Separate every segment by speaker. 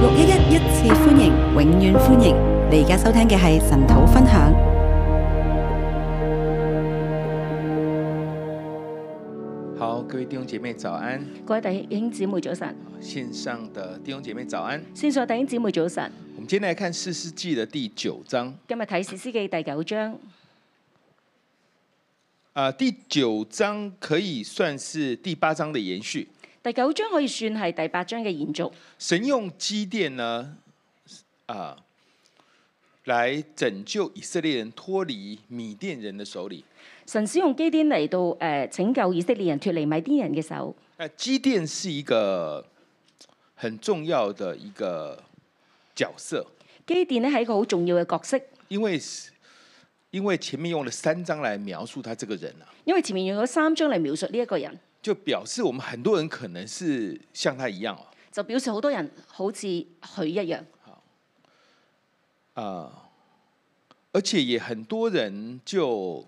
Speaker 1: 六一一一次歡迎，永遠歡迎！你而家收聽嘅係神土分享。
Speaker 2: 好，各位弟兄姐妹早安，
Speaker 3: 各位弟兄姊妹早晨，
Speaker 2: 线上的弟兄姐妹早安。
Speaker 3: 線上弟兄姊妹早晨。
Speaker 2: 我们今天来看《四世纪》的第九章。
Speaker 3: 今日睇《史詩記》第九章，
Speaker 2: 啊、第九章可以算是第八章的延续。
Speaker 3: 第九章可以算係第八章嘅延續。
Speaker 2: 神用基甸呢，啊、来拯救以色列人脱离米甸人的手里。
Speaker 3: 神使用基甸嚟到誒、呃拯救以色列人脱離米甸人嘅手。
Speaker 2: 那基甸是一个很重要的一个角色，
Speaker 3: 基甸呢係一個好重要嘅角色，
Speaker 2: 因为是因为前面用了三章来描述他这个人啊。
Speaker 3: 因為前面用咗三章嚟描述呢一個人，
Speaker 2: 就表示我们很多人可能是像他一样哦，
Speaker 3: 就表示好多人好似佢一樣，
Speaker 2: 啊、而且也很多人就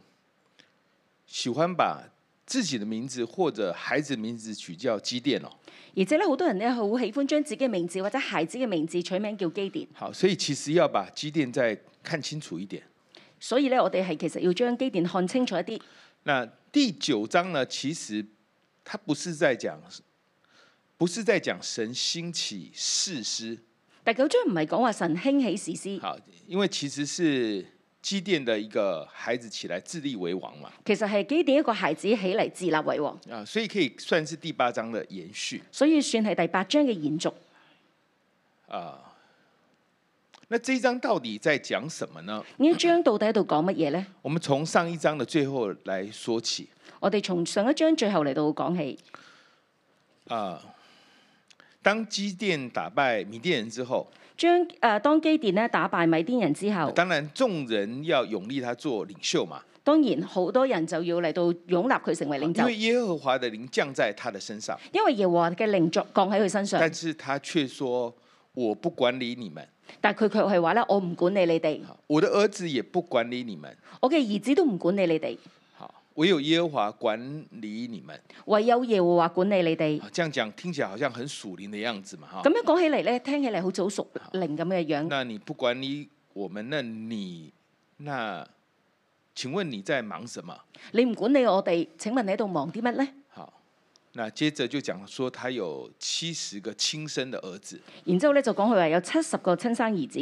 Speaker 2: 喜欢把自己的名字或者孩子的名字取叫基甸哦。
Speaker 3: 而且咧好多人咧好喜歡將自己嘅名字或者孩子嘅名字取名叫基甸，
Speaker 2: 好，所以其实要把基甸再看清楚一点。
Speaker 3: 所以咧我哋係其實要將基甸看清楚一啲。
Speaker 2: 那第九章呢，其实他不是在讲，不是在讲神兴起士师，
Speaker 3: 第九章唔係講話神興起史詩，
Speaker 2: 好，因为其实是基甸的一个孩子起来自立为王嘛。
Speaker 3: 其實係基甸一個孩子起嚟自立為王。
Speaker 2: 啊，所以可以算是第八章的延续
Speaker 3: 所以算係第八章嘅延續。
Speaker 2: 啊。那这一章到底在讲什么呢？
Speaker 3: 呢一章到底喺度講乜嘢呢？
Speaker 2: 我们从上一章的最后来说起
Speaker 3: 我哋從上一章最後嚟到講起。
Speaker 2: 啊。当基甸打敗米甸人之后，
Speaker 3: 將誒、呃、當基甸咧打敗米甸人之後，
Speaker 2: 当然众人要擁立他做领袖嘛，
Speaker 3: 當然好多人就要嚟到擁立佢成為領
Speaker 2: 因为
Speaker 3: 袖，
Speaker 2: 耶和華的靈降在他的身上，
Speaker 3: 因為耶和華嘅靈作降喺佢身上。
Speaker 2: 但是他却说：“我不管理你们，
Speaker 3: 但佢卻係話咧，我唔管理你哋，
Speaker 2: 好我的兒子也不管理你们，
Speaker 3: 我嘅兒子都唔管理你哋，
Speaker 2: 好，唯有耶和華管理你们。
Speaker 3: 唯有耶和華管理你哋。
Speaker 2: 好”这样讲聽起来好像很屬靈的樣子嘛，哈。
Speaker 3: 咁樣講起嚟咧，聽起嚟好早熟靈咁嘅樣。
Speaker 2: 那你不管理我们，那你那，请问你在忙什么？
Speaker 3: 你唔管理我哋，請問你喺度忙啲乜呢？
Speaker 2: 好，那接着就讲说他有七十个亲生的儿子，
Speaker 3: 然之後咧就講佢話有七十個親生兒子。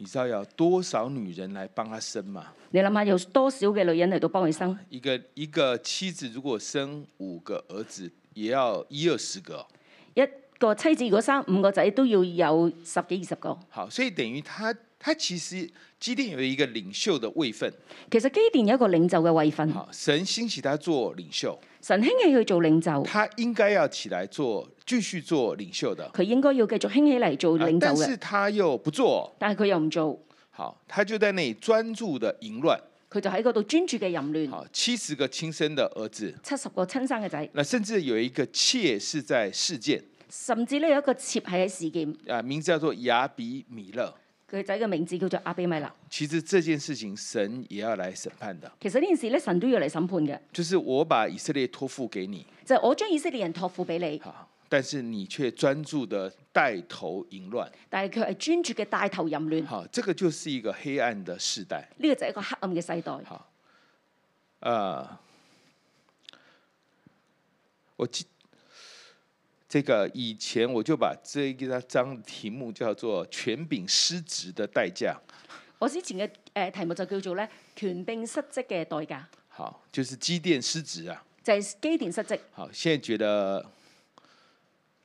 Speaker 2: 你知道要多少女人来帮他生吗？
Speaker 3: 你諗下有多少嘅女人嚟到幫佢生？
Speaker 2: 一个一个妻子如果生五个儿子，也要一二十个哦。
Speaker 3: 一個妻子如果生五個仔，都要有十幾二十個。
Speaker 2: 好，所以等于他他其实基甸有一个领袖的位分，
Speaker 3: 其實基甸有一個領袖嘅位份，
Speaker 2: 好，神兴起他做领袖，
Speaker 3: 神興起佢做領袖，
Speaker 2: 他应该要起来做继续做领袖的，
Speaker 3: 佢應該要繼續興起嚟做領
Speaker 2: 啊但
Speaker 3: 袖嘅，
Speaker 2: 是他又不做哦、
Speaker 3: 但係佢又唔做，
Speaker 2: 好，他就在那里专注的淫乱。
Speaker 3: 佢就喺嗰度專注嘅淫亂。
Speaker 2: 好，七十个亲生的儿子，
Speaker 3: 七十個親生嘅仔，
Speaker 2: 那甚至有一个妾是在事件，
Speaker 3: 甚至咧有一個妾係喺事件，
Speaker 2: 啊，名字叫做雅比米勒。
Speaker 3: 佢仔嘅名字叫做阿比米勒。
Speaker 2: 其实这件事情神也要来审判的，
Speaker 3: 其實呢件事咧，神都要嚟審判嘅，
Speaker 2: 就是我把以色列托付给你，
Speaker 3: 就係、我將以色列人托付俾你，
Speaker 2: 好，但是你却专注的带头淫乱，
Speaker 3: 但係佢係專注嘅帶頭淫亂。呢、
Speaker 2: 好，这个就是一个黑暗的世代，
Speaker 3: 個就係一個黑暗嘅世代。
Speaker 2: 好，呃，我记这个以前我就把这一个章的题目叫做“权柄失职的代价
Speaker 3: 我之前嘅誒、呃、題目就叫做咧權柄失職嘅代價，”，
Speaker 2: 好，就是机电失职啊。
Speaker 3: 就係、基甸失職。
Speaker 2: 好，现在觉得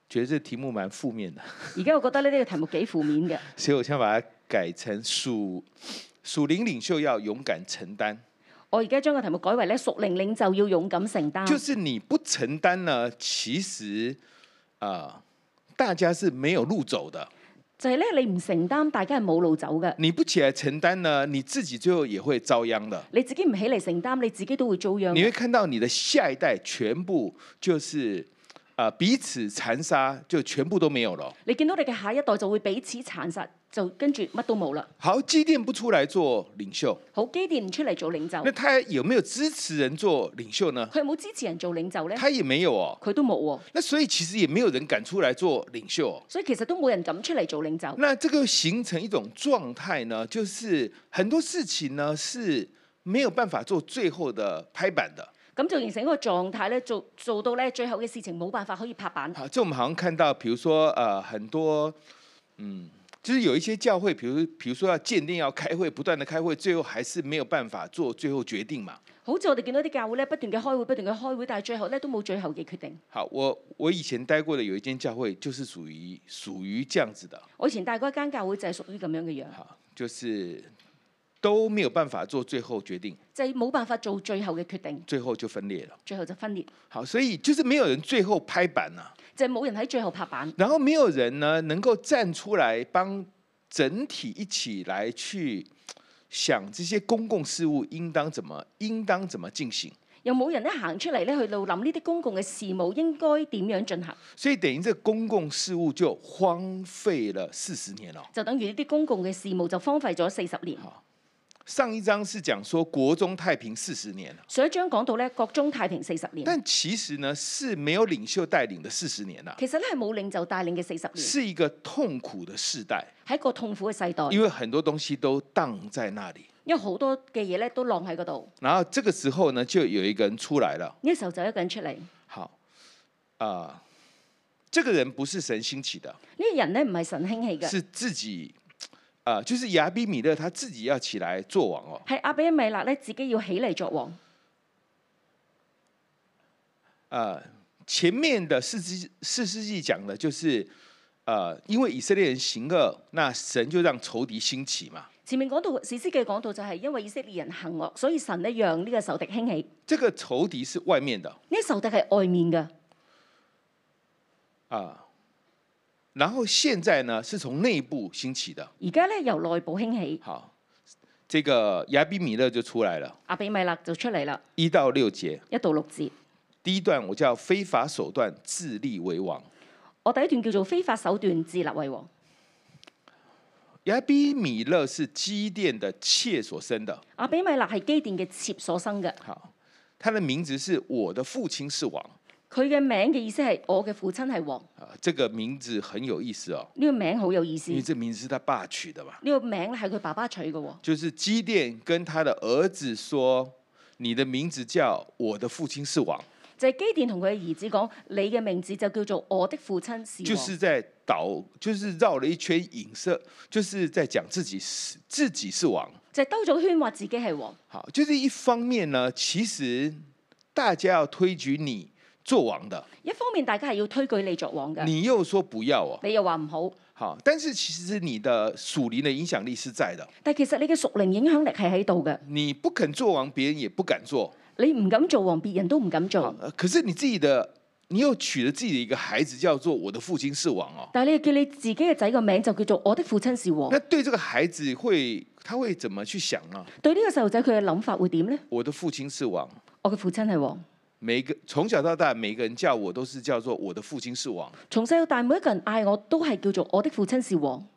Speaker 2: 觉得这题目蛮负面的，
Speaker 3: 而家我覺得咧呢個題目幾負面嘅，
Speaker 2: 所以我想把它改成属属灵领袖要勇敢承担，
Speaker 3: 我而家將個題目改為咧屬靈領袖要勇敢承擔。
Speaker 2: 就是你不承担呢，其实啊、呃大家是没有路走的。
Speaker 3: 就係咧，你唔承擔，大家係冇路走嘅。
Speaker 2: 你不起来承担呢，你自己最后也会遭殃的。
Speaker 3: 你自己唔起嗯嚟承擔，你自己都會遭殃
Speaker 2: 你
Speaker 3: 嘅。
Speaker 2: 会看到你的下一代全部就是啊、啊、彼此残杀，就全部都没有了。
Speaker 3: 你見到你嘅下一代就會彼此殘殺，就跟住乜都冇啦。
Speaker 2: 好，基甸不出来做领袖，
Speaker 3: 好，基甸唔出嚟做領袖，
Speaker 2: 那他有没有支持人做领袖呢？
Speaker 3: 佢有冇支持人做領袖呢？
Speaker 2: 他也没有哦。
Speaker 3: 佢都冇喎，
Speaker 2: 那所以其实也没有人敢出来做领袖哦、
Speaker 3: 所以其實都冇人敢出嚟做領袖。
Speaker 2: 那这个形成一种状态呢，就是很多事情呢是没有办法做最后的拍板的。
Speaker 3: 咁就形成一個狀態咧，做做到咧最後嘅事情冇辦法可以拍板。
Speaker 2: 好，这我们好像看到，比如说呃，很多嗯，就是有一些教会，比如比如说要鉴定、要开会，不断的开会，最后还是没有办法做最后决定嘛。
Speaker 3: 好似我哋見到啲教會咧不斷嘅開會，不斷嘅開會，但係最後咧都冇最後嘅決定。
Speaker 2: 好，我我以前待过的有一间教会，就是属于属于这样子的，
Speaker 3: 我以前帶過一間教會就係屬於咁樣嘅樣，
Speaker 2: 好，就是都没有办法做最后决定，
Speaker 3: 就係、冇辦法做最後嘅決定，
Speaker 2: 最后就分裂了。
Speaker 3: 最後就分裂，
Speaker 2: 好，所以就是没有人最后拍板啊呐、
Speaker 3: 就係、冇人喺最後拍板，
Speaker 2: 然后没有人呢能够站出来帮整体一起来去想这些公共事务应当怎么应当怎么进行，
Speaker 3: 又冇人咧行出嚟咧去到諗呢啲公共嘅事務應該點樣進行，
Speaker 2: 所以等于这公共事务就荒废了四十年了。
Speaker 3: 就等於呢啲公共嘅事務就荒廢咗四十年。
Speaker 2: 上一章是讲说国中太平四十年了，
Speaker 3: 上一章講到咧國中太平四十年，
Speaker 2: 但其实呢是没有领袖带领的四十年了，
Speaker 3: 其實咧係冇領袖帶領嘅四十年，
Speaker 2: 是一个痛苦的世代，
Speaker 3: 係一個痛苦嘅世代，
Speaker 2: 因為很多東西都荡在那里。
Speaker 3: 因為好多嘅嘢咧都晾喺嗰度。
Speaker 2: 然後这个时候呢，就有一个人出来了。
Speaker 3: 呢時候就有一個人出嚟，呢、
Speaker 2: 好，啊、这个人不是神兴起的，
Speaker 3: 個人咧唔係神興起嘅，
Speaker 2: 是自己，啊、就是亚比米勒他自己要起来做王哦。
Speaker 3: 係阿比米勒咧自己要起嚟作王。
Speaker 2: 啊，前面的四世四世纪讲的就是，呃，因为以色列人行恶，那神就让仇敵兴起嘛。
Speaker 3: 前面講到史詩記講到就係因為以色列人行惡，所以神咧讓呢個仇敵興起。
Speaker 2: 这个仇敵是外面的啊、
Speaker 3: 呢個仇敵係外面嘅，
Speaker 2: 啊然后现在呢是從内部兴起的。
Speaker 3: 而家咧由內部興起。
Speaker 2: 好，这个亚比米勒就出来了，
Speaker 3: 阿比米勒就出嚟啦，
Speaker 2: 一到六节。
Speaker 3: 一到六節。
Speaker 2: 第一段我叫非法手段自立为王。
Speaker 3: 我第一段叫做非法手段自立為王。
Speaker 2: 亚比米勒是基甸的妾所生的，
Speaker 3: 阿比米勒係基甸嘅妾所生嘅，
Speaker 2: 好，他的名字是我的父亲是王
Speaker 3: 佢嘅名嘅意思係我嘅父親係王。
Speaker 2: 啊，这个名字很有意思哦，
Speaker 3: 呢、個名好有意思。
Speaker 2: 因为
Speaker 3: 呢、
Speaker 2: 这名字是他爸取的嘛，
Speaker 3: 個名咧係佢爸爸取嘅喎。
Speaker 2: 就是基甸跟他的儿子说，你的名字叫我的父亲是王，
Speaker 3: 就係基甸同佢嘅兒子講：你嘅名字就叫做我的父親是
Speaker 2: 就
Speaker 3: 王。
Speaker 2: 是在倒，就是繞了一圈影射，就是在讲自己是自己是王，
Speaker 3: 就係兜咗圈話自己係王。
Speaker 2: 好，就是一方面呢，其实大家要推举你做王的，
Speaker 3: 一方面大家係要推舉你作王嘅，
Speaker 2: 你又说不要哦。
Speaker 3: 你又話唔好，
Speaker 2: 好，但是其实你的属灵的影响力是在的，
Speaker 3: 但其實你嘅屬靈影響力係喺度嘅。
Speaker 2: 你不肯做王，别人也不敢做。
Speaker 3: 你唔敢做王，別人都唔敢
Speaker 2: 好
Speaker 3: 做。，
Speaker 2: 呃可是你自己的，你又娶了自己的一个孩子，叫做我的父亲是王哦。
Speaker 3: 但係你叫你自己嘅仔個名就叫做我的父親是王
Speaker 2: 那。对这个孩子會，他会怎么去想呢？
Speaker 3: 對呢個細路仔佢嘅諗法會點呢？
Speaker 2: 我的父亲是王，
Speaker 3: 我嘅父親係王，
Speaker 2: 每一个从小到大，每一个人叫我都是叫做我的父亲是王。
Speaker 3: 從細到大每一個人嗌我都係叫做我的父親是王。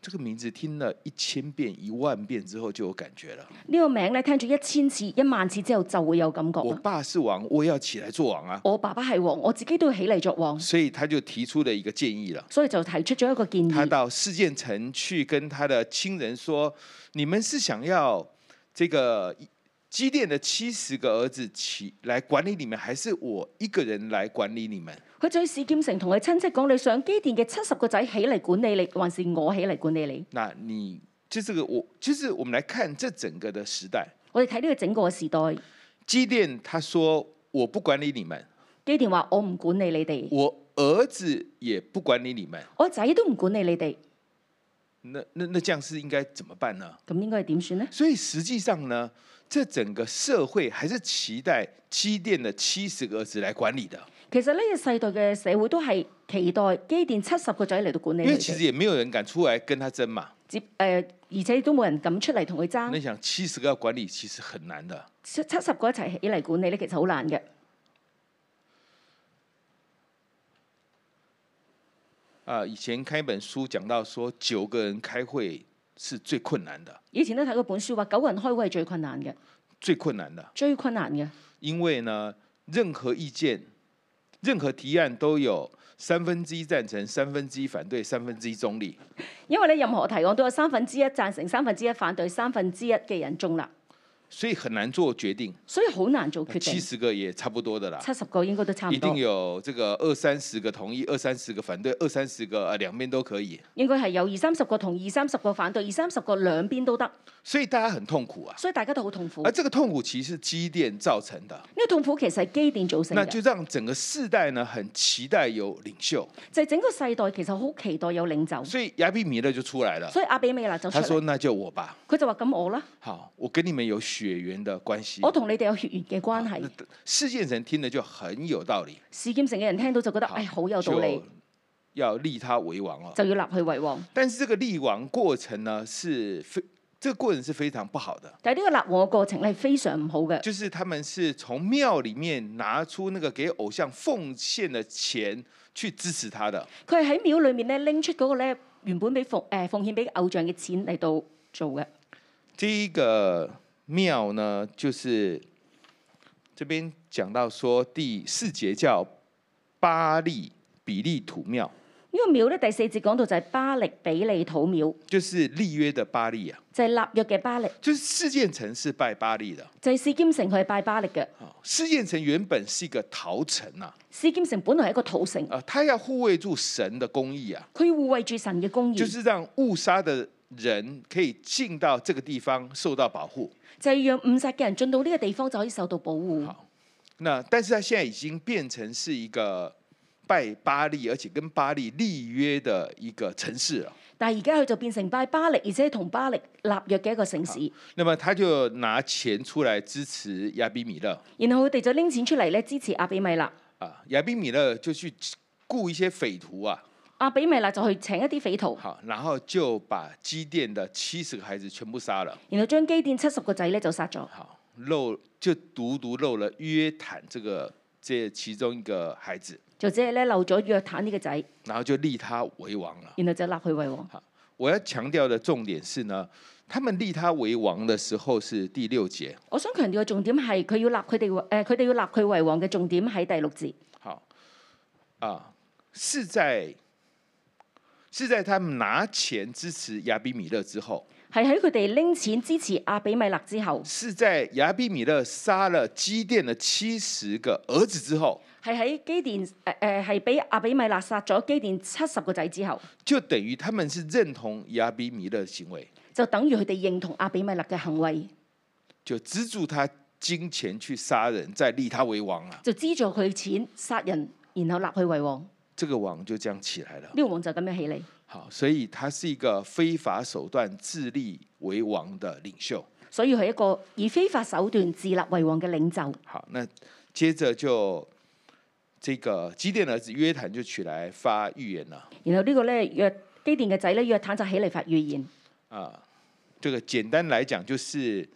Speaker 2: 这个名字听了一千遍、一万遍之后就有感觉了。
Speaker 3: 呢、個名咧聽咗一千次、一萬次之後就會有感覺
Speaker 2: 我
Speaker 3: 啦。
Speaker 2: 爸是王，我也要起来做王啊！
Speaker 3: 我爸爸係王，我自己都要起嚟作王，
Speaker 2: 所以他就提出了一个建议了。
Speaker 3: 所以就提出咗一個建
Speaker 2: 他
Speaker 3: 議。
Speaker 2: 到世界城去跟他的亲人说：“你们是想要这个基甸的七十个儿子起来管理你们，还是我一个人来管理你们
Speaker 3: 佢就去市劍城同佢親戚講：你想基甸嘅七十個仔起嚟管理你，還是我起嚟管理你？？”
Speaker 2: 那你就这个我，就是我们来看这整个的时代，
Speaker 3: 我哋睇呢個整個嘅時代，
Speaker 2: 基甸他说：“我不管理你们，
Speaker 3: 基甸話：我唔管理你哋，
Speaker 2: 我儿子也不管理你们。
Speaker 3: 我仔都唔管理你哋，
Speaker 2: 那”那那这样是应该怎么办呢？
Speaker 3: 咁應該係點算呢？
Speaker 2: 所以实际上呢，这整个社会还是期待基甸的七十个儿子来管理的。
Speaker 3: 其實呢個世代嘅社會都係期待基甸七十個仔嚟到管理
Speaker 2: 因为
Speaker 3: 佢
Speaker 2: 其实
Speaker 3: 哋，
Speaker 2: 也没有人敢出来跟他争嘛。
Speaker 3: 接誒、而且都冇人敢出嚟同佢
Speaker 2: 那
Speaker 3: 爭。
Speaker 2: 你想七十个要管理其实很难的，
Speaker 3: 七七十個一齊起嚟管理咧，其實好難嘅。
Speaker 2: 啊、以前看一本书讲到说，九个人开会是最困难的，
Speaker 3: 以前都睇過本書話，九個人開會係最困難嘅，
Speaker 2: 最困難的，
Speaker 3: 最困難嘅，
Speaker 2: 因為呢，任何意见、任何提案都有三分之一赞成、三分之一反对、三分之一中立。
Speaker 3: 因為你任何提案都有三分之一贊成、三分之一反對、三分之一嘅人中立，
Speaker 2: 所以很难做决定，
Speaker 3: 所以好難做決
Speaker 2: 七
Speaker 3: 定。
Speaker 2: 十个也差不多的啦，
Speaker 3: 七十個應該都差
Speaker 2: 一
Speaker 3: 唔
Speaker 2: 定
Speaker 3: 多，
Speaker 2: 有这个二三十个同意，二三十个反对，二三十个呃两边都可以，
Speaker 3: 應該係有二三十個同二三十個反對，二三十個兩邊都得，
Speaker 2: 所以大家很痛苦啊。
Speaker 3: 所以大家都好痛苦。
Speaker 2: 而
Speaker 3: 呢
Speaker 2: 这个痛苦其实是积淀造成的，
Speaker 3: 個痛苦其實係基電造成
Speaker 2: 那
Speaker 3: 嘅，
Speaker 2: 就让整个世代呢很期待有领袖，
Speaker 3: 就係整個世代其實好期待有領袖，
Speaker 2: 所以亚比米勒就出来了，
Speaker 3: 所以阿比美娜就出
Speaker 2: 他说
Speaker 3: 嚟，
Speaker 2: 那就我吧，
Speaker 3: 佢就話：咁我啦，
Speaker 2: 好，我跟你们有血缘的关系
Speaker 3: 我。同你哋有血緣嘅關
Speaker 2: 啊嗯
Speaker 3: 係。
Speaker 2: 世界人听了就很有道理，
Speaker 3: 市劍城嘅人聽到就覺得，
Speaker 2: 好
Speaker 3: 唉，哎好有道理
Speaker 2: 就，要立他为王哦。
Speaker 3: 就要立佢為王。
Speaker 2: 但是这个立王过程呢是非这个过程是非常不好的，
Speaker 3: 但係呢個立王嘅過程咧係非常唔好嘅，
Speaker 2: 就是他们是从庙里面拿出那个给偶像奉献的钱去支持他的，
Speaker 3: 佢係喺廟裏面咧拎出嗰個咧原本俾奉誒、奉獻俾偶像嘅錢嚟到做嘅。
Speaker 2: 这一个庙呢就是这边讲到说第四节叫巴利比利土庙，
Speaker 3: 呢、個廟咧第四節講到就係巴力比利土廟，
Speaker 2: 就是立约的巴利啊，
Speaker 3: 就係、立約嘅巴力，
Speaker 2: 就是世界城是拜巴利的。
Speaker 3: 就係、市劍城佢係拜巴力嘅。
Speaker 2: 啊，世界城原本是一个陶城啊，
Speaker 3: 市劍城本來係一個土城，
Speaker 2: 啊，他要护卫住神的公义啊，
Speaker 3: 佢要護衛住神嘅公義，
Speaker 2: 就是让误杀的人可以进到这个地方受到保护。
Speaker 3: 就係讓誤殺嘅人進到呢個地方就可以受到保護。
Speaker 2: 好那但是他现在已经变成是一个拜巴利，而且跟巴利立约的一个城市了。
Speaker 3: 但係而家佢就變成拜巴力，而且係同巴力立約嘅一個城市。
Speaker 2: 那么他就拿钱出来支持亚比米勒
Speaker 3: 然後佢哋就拎錢出嚟咧支持阿比米勒。
Speaker 2: 啊，亚比米勒就去雇一些匪徒啊，
Speaker 3: 阿比米勒就去請一啲匪徒，
Speaker 2: 好，然后就把基甸的七十个孩子全部杀了，
Speaker 3: 然後將基甸七十個仔咧就殺咗，
Speaker 2: 好漏就独独漏了约坦这个这其中一个孩子，
Speaker 3: 就只係咧漏咗約坦呢個仔，
Speaker 2: 然后就立他为王了。
Speaker 3: 然後就立佢為王。
Speaker 2: 我要强调的重点是呢，他们立他为王的时候是第六节。
Speaker 3: 我想強調嘅重點係佢要立佢哋為誒，佢哋要立佢為王嘅重點喺第六節，
Speaker 2: 好，啊，是在是在他们拿钱支持亚比米勒之后，
Speaker 3: 係喺佢哋拎錢支持阿比米勒之後，
Speaker 2: 是在亚比米勒杀了基甸的七十个儿子之后，
Speaker 3: 係喺基甸誒誒係俾阿比米勒殺咗基甸七十個仔之後，
Speaker 2: 就等于他们是认同亚比米勒的行为，
Speaker 3: 就等於佢哋認同阿比米勒嘅行為，
Speaker 2: 就资助他金钱去杀人，再立他为王啊。
Speaker 3: 就資助佢錢殺人，然後立佢為王。呢、
Speaker 2: 这个王就这样起来了。
Speaker 3: 個王就咁樣起嚟。
Speaker 2: 好，所以他是一个非法手段自立为王的领袖。
Speaker 3: 所以佢係一個以非法手段自立為王嘅領袖。
Speaker 2: 好，那接着就这个基甸儿子约坦就起来发预言了
Speaker 3: 然後呢個咧約基甸嘅仔咧約坦就起嚟發預言，
Speaker 2: 啊。这个简单来讲就是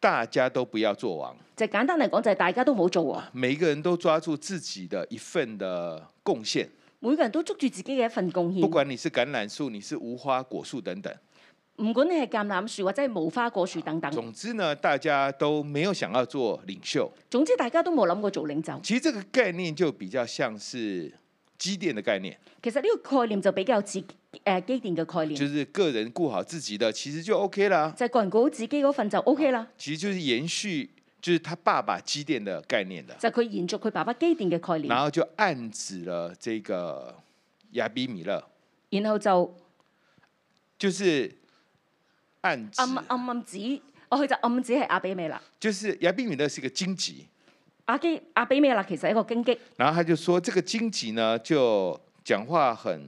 Speaker 2: 大家都不要做王，
Speaker 3: 就簡單嚟講就係大家都冇做喎，
Speaker 2: 每一个人都抓住自己的一份的贡献，
Speaker 3: 每個人都捉住自己嘅一份貢
Speaker 2: 不
Speaker 3: 獻，
Speaker 2: 管你是橄榄树，你是无花果树等等。
Speaker 3: 唔管你係橄欖樹或者係無花果樹等等。
Speaker 2: 总之呢，大家都没有想要做领袖。
Speaker 3: 總之大家都冇諗過做領袖。
Speaker 2: 其实这个概念就比较像是基甸的概念。
Speaker 3: 其實呢個概念就比較似誒基甸嘅概念，
Speaker 2: 就是个人顾好自己的，其实就 OK 啦。
Speaker 3: 就係個人顧好自己嗰份就 O K 啦，
Speaker 2: 其实就是延续，就是他爸爸基甸的概念的，
Speaker 3: 就係佢延續佢爸爸基甸嘅概
Speaker 2: 然
Speaker 3: 念，
Speaker 2: 后就暗指了这个亚比米勒，
Speaker 3: 然後就
Speaker 2: 就是暗指，
Speaker 3: 暗暗暗指，哦佢就暗指係阿比美勒。
Speaker 2: 就是亚比米勒是一个荆棘，
Speaker 3: 阿基阿比美勒其實係一個荊棘，
Speaker 2: 然后他就说这个荆棘呢，就讲话很，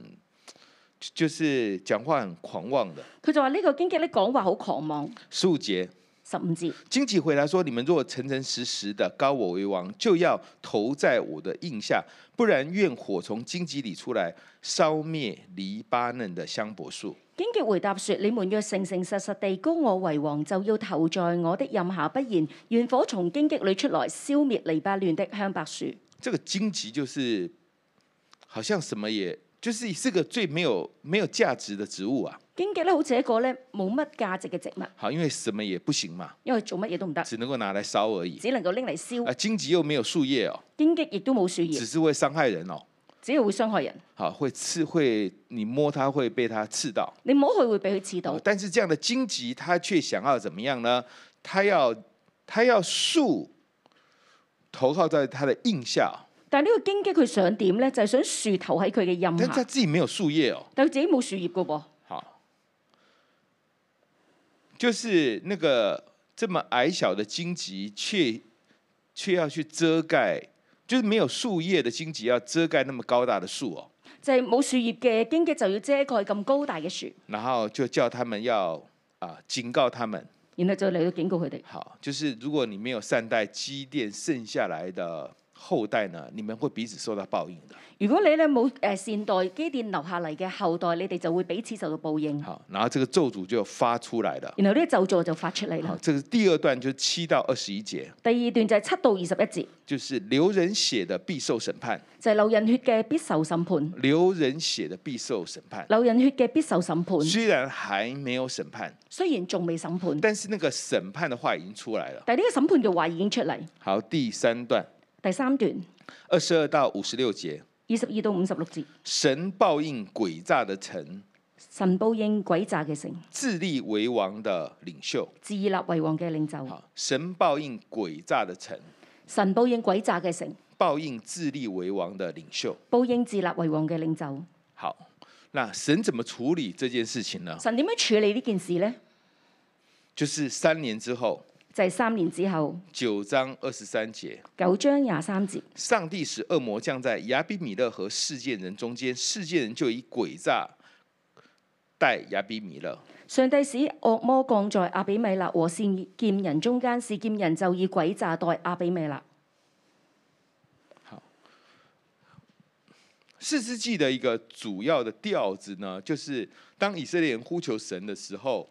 Speaker 2: 就就是讲话很狂妄的。
Speaker 3: 佢就話呢個荊棘咧講話好狂妄，
Speaker 2: 十五节，
Speaker 3: 十五節。
Speaker 2: 荆棘回答说：“你们若诚诚实实的高我为王，就要投在我的印下，不然愿火从荆棘里出来，烧灭黎巴嫩的香柏树。
Speaker 3: 荊棘回答說：你們若誠誠實實地高我為王，就要投在我的任下，不然願火從荊棘裏出來，消滅黎巴嫩的香柏樹。”
Speaker 2: 这个荆棘就是好像什么也就是是个最没有没有价值的植物啊。
Speaker 3: 荊棘咧好似一個咧冇乜價值嘅植物，
Speaker 2: 好，因为什么也不行嘛，
Speaker 3: 因為做乜嘢都唔得，
Speaker 2: 只能够拿来烧而已。
Speaker 3: 只能夠拎嚟燒。
Speaker 2: 啊，荆棘又没有树叶哦，
Speaker 3: 荊棘亦都冇樹葉
Speaker 2: 只，是会伤害人哦。
Speaker 3: 只係會傷害人。
Speaker 2: 好，会刺会你摸它会被它刺到。
Speaker 3: 你摸佢會俾佢刺到
Speaker 2: 啊，但是这样的荆棘，它却想要怎么样呢？它要它要树投靠在它的印下，哦
Speaker 3: 但係呢個荊棘佢想點咧？就係、想樹頭喺佢嘅陰
Speaker 2: 但它
Speaker 3: 下，
Speaker 2: 自己没有树叶哦。
Speaker 3: 但佢自己冇樹葉嘅噃。
Speaker 2: 好，就是那个这么矮小的荆棘，却却要去遮盖，就是没有树叶的荆棘要遮盖那么高大的树哦。
Speaker 3: 就係冇樹葉嘅荊棘就要遮蓋咁高大嘅樹，
Speaker 2: 然后就叫他們要啊、警告他們，
Speaker 3: 然後就嚟到警告佢哋。
Speaker 2: 好，就是如果你没有善待积淀剩下来的后代呢，你们会彼此受到报应的。
Speaker 3: 如果你咧冇誒善待基甸留下嚟嘅後代，你哋就會彼此受到報應。
Speaker 2: 好，然后这个咒诅就发出来了。
Speaker 3: 然後呢咒詛就發出嚟
Speaker 2: 好，
Speaker 3: 啦。
Speaker 2: 这个第二段就是七到二十一节，
Speaker 3: 第二段就係七到二十一節，
Speaker 2: 就是流人血的必受审判，
Speaker 3: 就係、流人血嘅必受審判，
Speaker 2: 流人血的必受审判。
Speaker 3: 流人血嘅必受審判。
Speaker 2: 虽然还没有审判，
Speaker 3: 雖然仲未審判，
Speaker 2: 但是那个审判的话已经出来了。
Speaker 3: 但係呢個審判嘅話已經出嚟。
Speaker 2: 好，第三段
Speaker 3: 第三段
Speaker 2: 二十二到五十六节，
Speaker 3: 二十二到五十六節，
Speaker 2: 神报应诡诈的城，
Speaker 3: 神報應鬼詐嘅城，
Speaker 2: 自立为王的领袖。
Speaker 3: 自立為王嘅領袖，
Speaker 2: 好，神报应诡诈的城，
Speaker 3: 神報應鬼詐嘅城，
Speaker 2: 报应自立为王的领袖。
Speaker 3: 報應自立為王嘅領袖。
Speaker 2: 好，那神怎么处理这件事情呢？
Speaker 3: 神點樣處理呢件事呢？
Speaker 2: 就是三年之后，
Speaker 3: 就係、三年之後，
Speaker 2: 九章二十三节，
Speaker 3: 九章廿三節，
Speaker 2: 上帝使恶魔降在亚比米勒和世界人中间，世界人就以诡诈待亚比米勒。
Speaker 3: 上帝使惡魔降在阿比米勒和善劍人中間，是劍人就以鬼詐待阿比米勒。
Speaker 2: 四世纪的一个主要的调子呢，就是当以色列人呼求神的时候，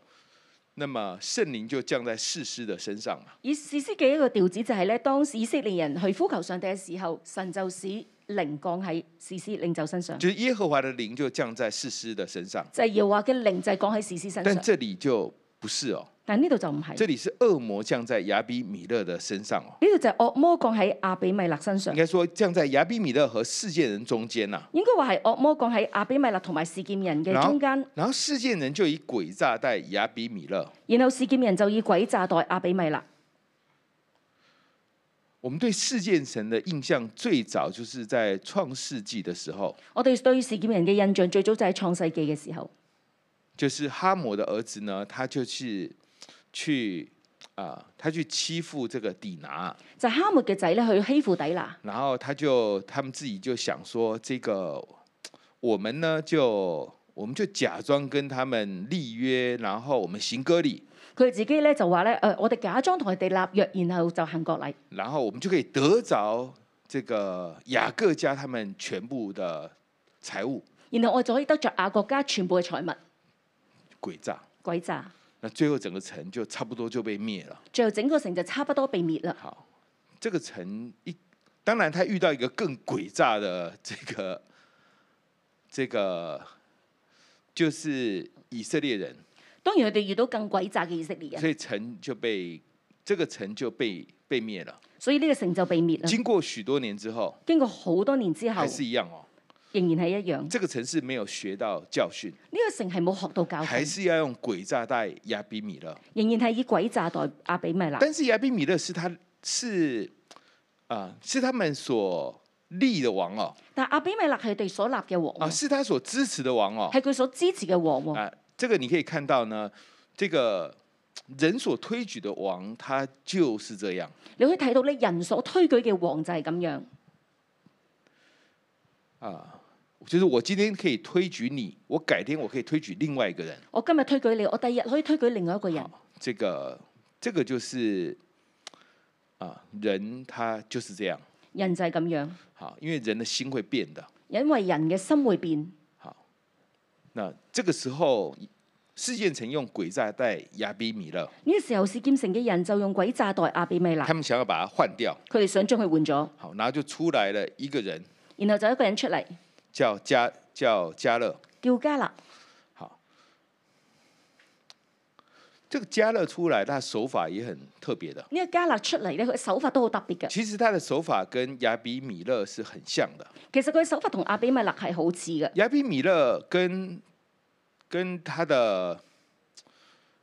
Speaker 2: 那么圣灵就降在士师的身上嘛。
Speaker 3: 以士師嘅一個調子就係咧，當以色列人去呼求上帝嘅時候，神就使靈降喺士師領袖身上，
Speaker 2: 就是耶和华的灵就降在士师的身上，
Speaker 3: 就係耶和華嘅靈就係降喺士師身
Speaker 2: 但
Speaker 3: 上。
Speaker 2: 这里就不是哦，
Speaker 3: 但呢度就唔係，
Speaker 2: 这
Speaker 3: 呢
Speaker 2: 里是恶魔降在亚比米勒的身上哦，
Speaker 3: 度就係惡魔降喺阿比米勒身上
Speaker 2: 应，该说降在亚比米勒和世界人中间呐、
Speaker 3: 應該話係惡魔降喺阿比米勒同埋士劍人嘅
Speaker 2: 然
Speaker 3: 中
Speaker 2: 后
Speaker 3: 間，，
Speaker 2: 然后世界人就以诡诈待亚比米勒。
Speaker 3: 然後士劍人就以鬼詐待阿比米勒。
Speaker 2: 我们对世界神的印象最早就是在创世纪的时候，
Speaker 3: 我哋對事件人嘅印象最早就係創世紀嘅時候，
Speaker 2: 就是哈姆的儿子呢，他就是去啊、他去欺负这个底拿，
Speaker 3: 就哈末嘅仔咧去欺負底拿，
Speaker 2: 然后他就他们自己就想说，这个我们呢就我们就假装跟他们立约，然后我们行割礼，
Speaker 3: 佢自己咧就話咧誒，我哋假裝同佢哋立約，然後就行國禮，
Speaker 2: 然后我们就可以得着这个雅各家他们全部的财物，
Speaker 3: 然後我就可以得着亞國家全部嘅財物，
Speaker 2: 诡诈。
Speaker 3: 鬼詐！
Speaker 2: 那最后整个城就差不多就被滅了。
Speaker 3: 最後整個城就差不多被滅啦。
Speaker 2: 好，这个城一，当然他遇到一个更诡诈的这个，这个就是以色列人，
Speaker 3: 當然佢哋遇到更鬼詐嘅以色列人，
Speaker 2: 所以城就被这个城就被被灭了。
Speaker 3: 所以呢個城就被滅啦。
Speaker 2: 经过许多年之后，
Speaker 3: 經過好多年之後
Speaker 2: 还，是一样哦。
Speaker 3: 仍然係一樣。呢、
Speaker 2: 这个城市没有学到教训，
Speaker 3: 個城係冇學到教
Speaker 2: 还
Speaker 3: 訓，
Speaker 2: 是要用诡诈待亚比米勒。
Speaker 3: 仍然係以鬼詐待阿比米勒。
Speaker 2: 但是亚比米勒是他是啊、是他们所立的王哦，
Speaker 3: 但阿比米勒係佢哋所立嘅王
Speaker 2: 啊，
Speaker 3: 喎，
Speaker 2: 是他所支持的王哦。
Speaker 3: 係佢所支持嘅王喎。
Speaker 2: 啊，这个你可以看到呢，这个人所推举的王，他就是这样。
Speaker 3: 你可以睇到咧，人所推舉嘅王就係咁樣，
Speaker 2: 就是我今天可以推举你，我改天我可以推举另外一个人。
Speaker 3: 我今日推舉你，我第二日可以推舉另外一個人。
Speaker 2: 这个这个就是啊，人他就是这样。
Speaker 3: 人就係咁樣，
Speaker 2: 好，因为人的心会变的。
Speaker 3: 因為人嘅心會變。
Speaker 2: 那这个时候，事件曾用诡诈待亚比米勒，
Speaker 3: 呢、個時候，事劍城嘅人就用鬼炸代阿比米勒，
Speaker 2: 他们想要把他换掉。
Speaker 3: 佢哋想將佢換咗，
Speaker 2: 好，然后就出来了一个人
Speaker 3: 然後就一個人出嚟，
Speaker 2: 叫加叫加勒。
Speaker 3: 叫加勒。
Speaker 2: 好，这个加勒出来，他手法也很特别的。
Speaker 3: 呢個加勒出嚟咧，佢手法都好特別嘅。
Speaker 2: 其实他的手法跟亚比米勒是很像的。
Speaker 3: 其實佢手法同阿比米勒係好似嘅。
Speaker 2: 亚比米勒跟跟他的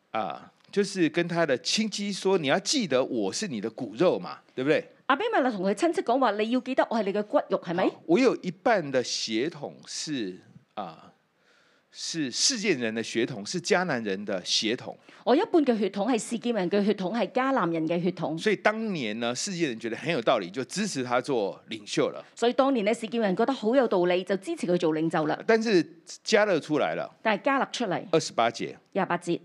Speaker 2: 啊，就是跟他的亲戚说，你要记得我是你的骨肉嘛，对不对？
Speaker 3: 阿比米勒同佢親戚講話：你要記得我係你嘅骨肉，係咪？
Speaker 2: 好我有一半的血统是啊，是世界人的血统，是迦南人的血统，
Speaker 3: 我一半嘅血統係事件人嘅血統，係迦南人嘅血統。
Speaker 2: 所以当年呢，世界人觉得很有道理，就支持他做领袖了。
Speaker 3: 所以當年呢，事件人覺得好有道理，就支持佢做領袖啦。
Speaker 2: 但是加勒出来了，
Speaker 3: 但係加勒出嚟
Speaker 2: 二十八节，
Speaker 3: 廿八節，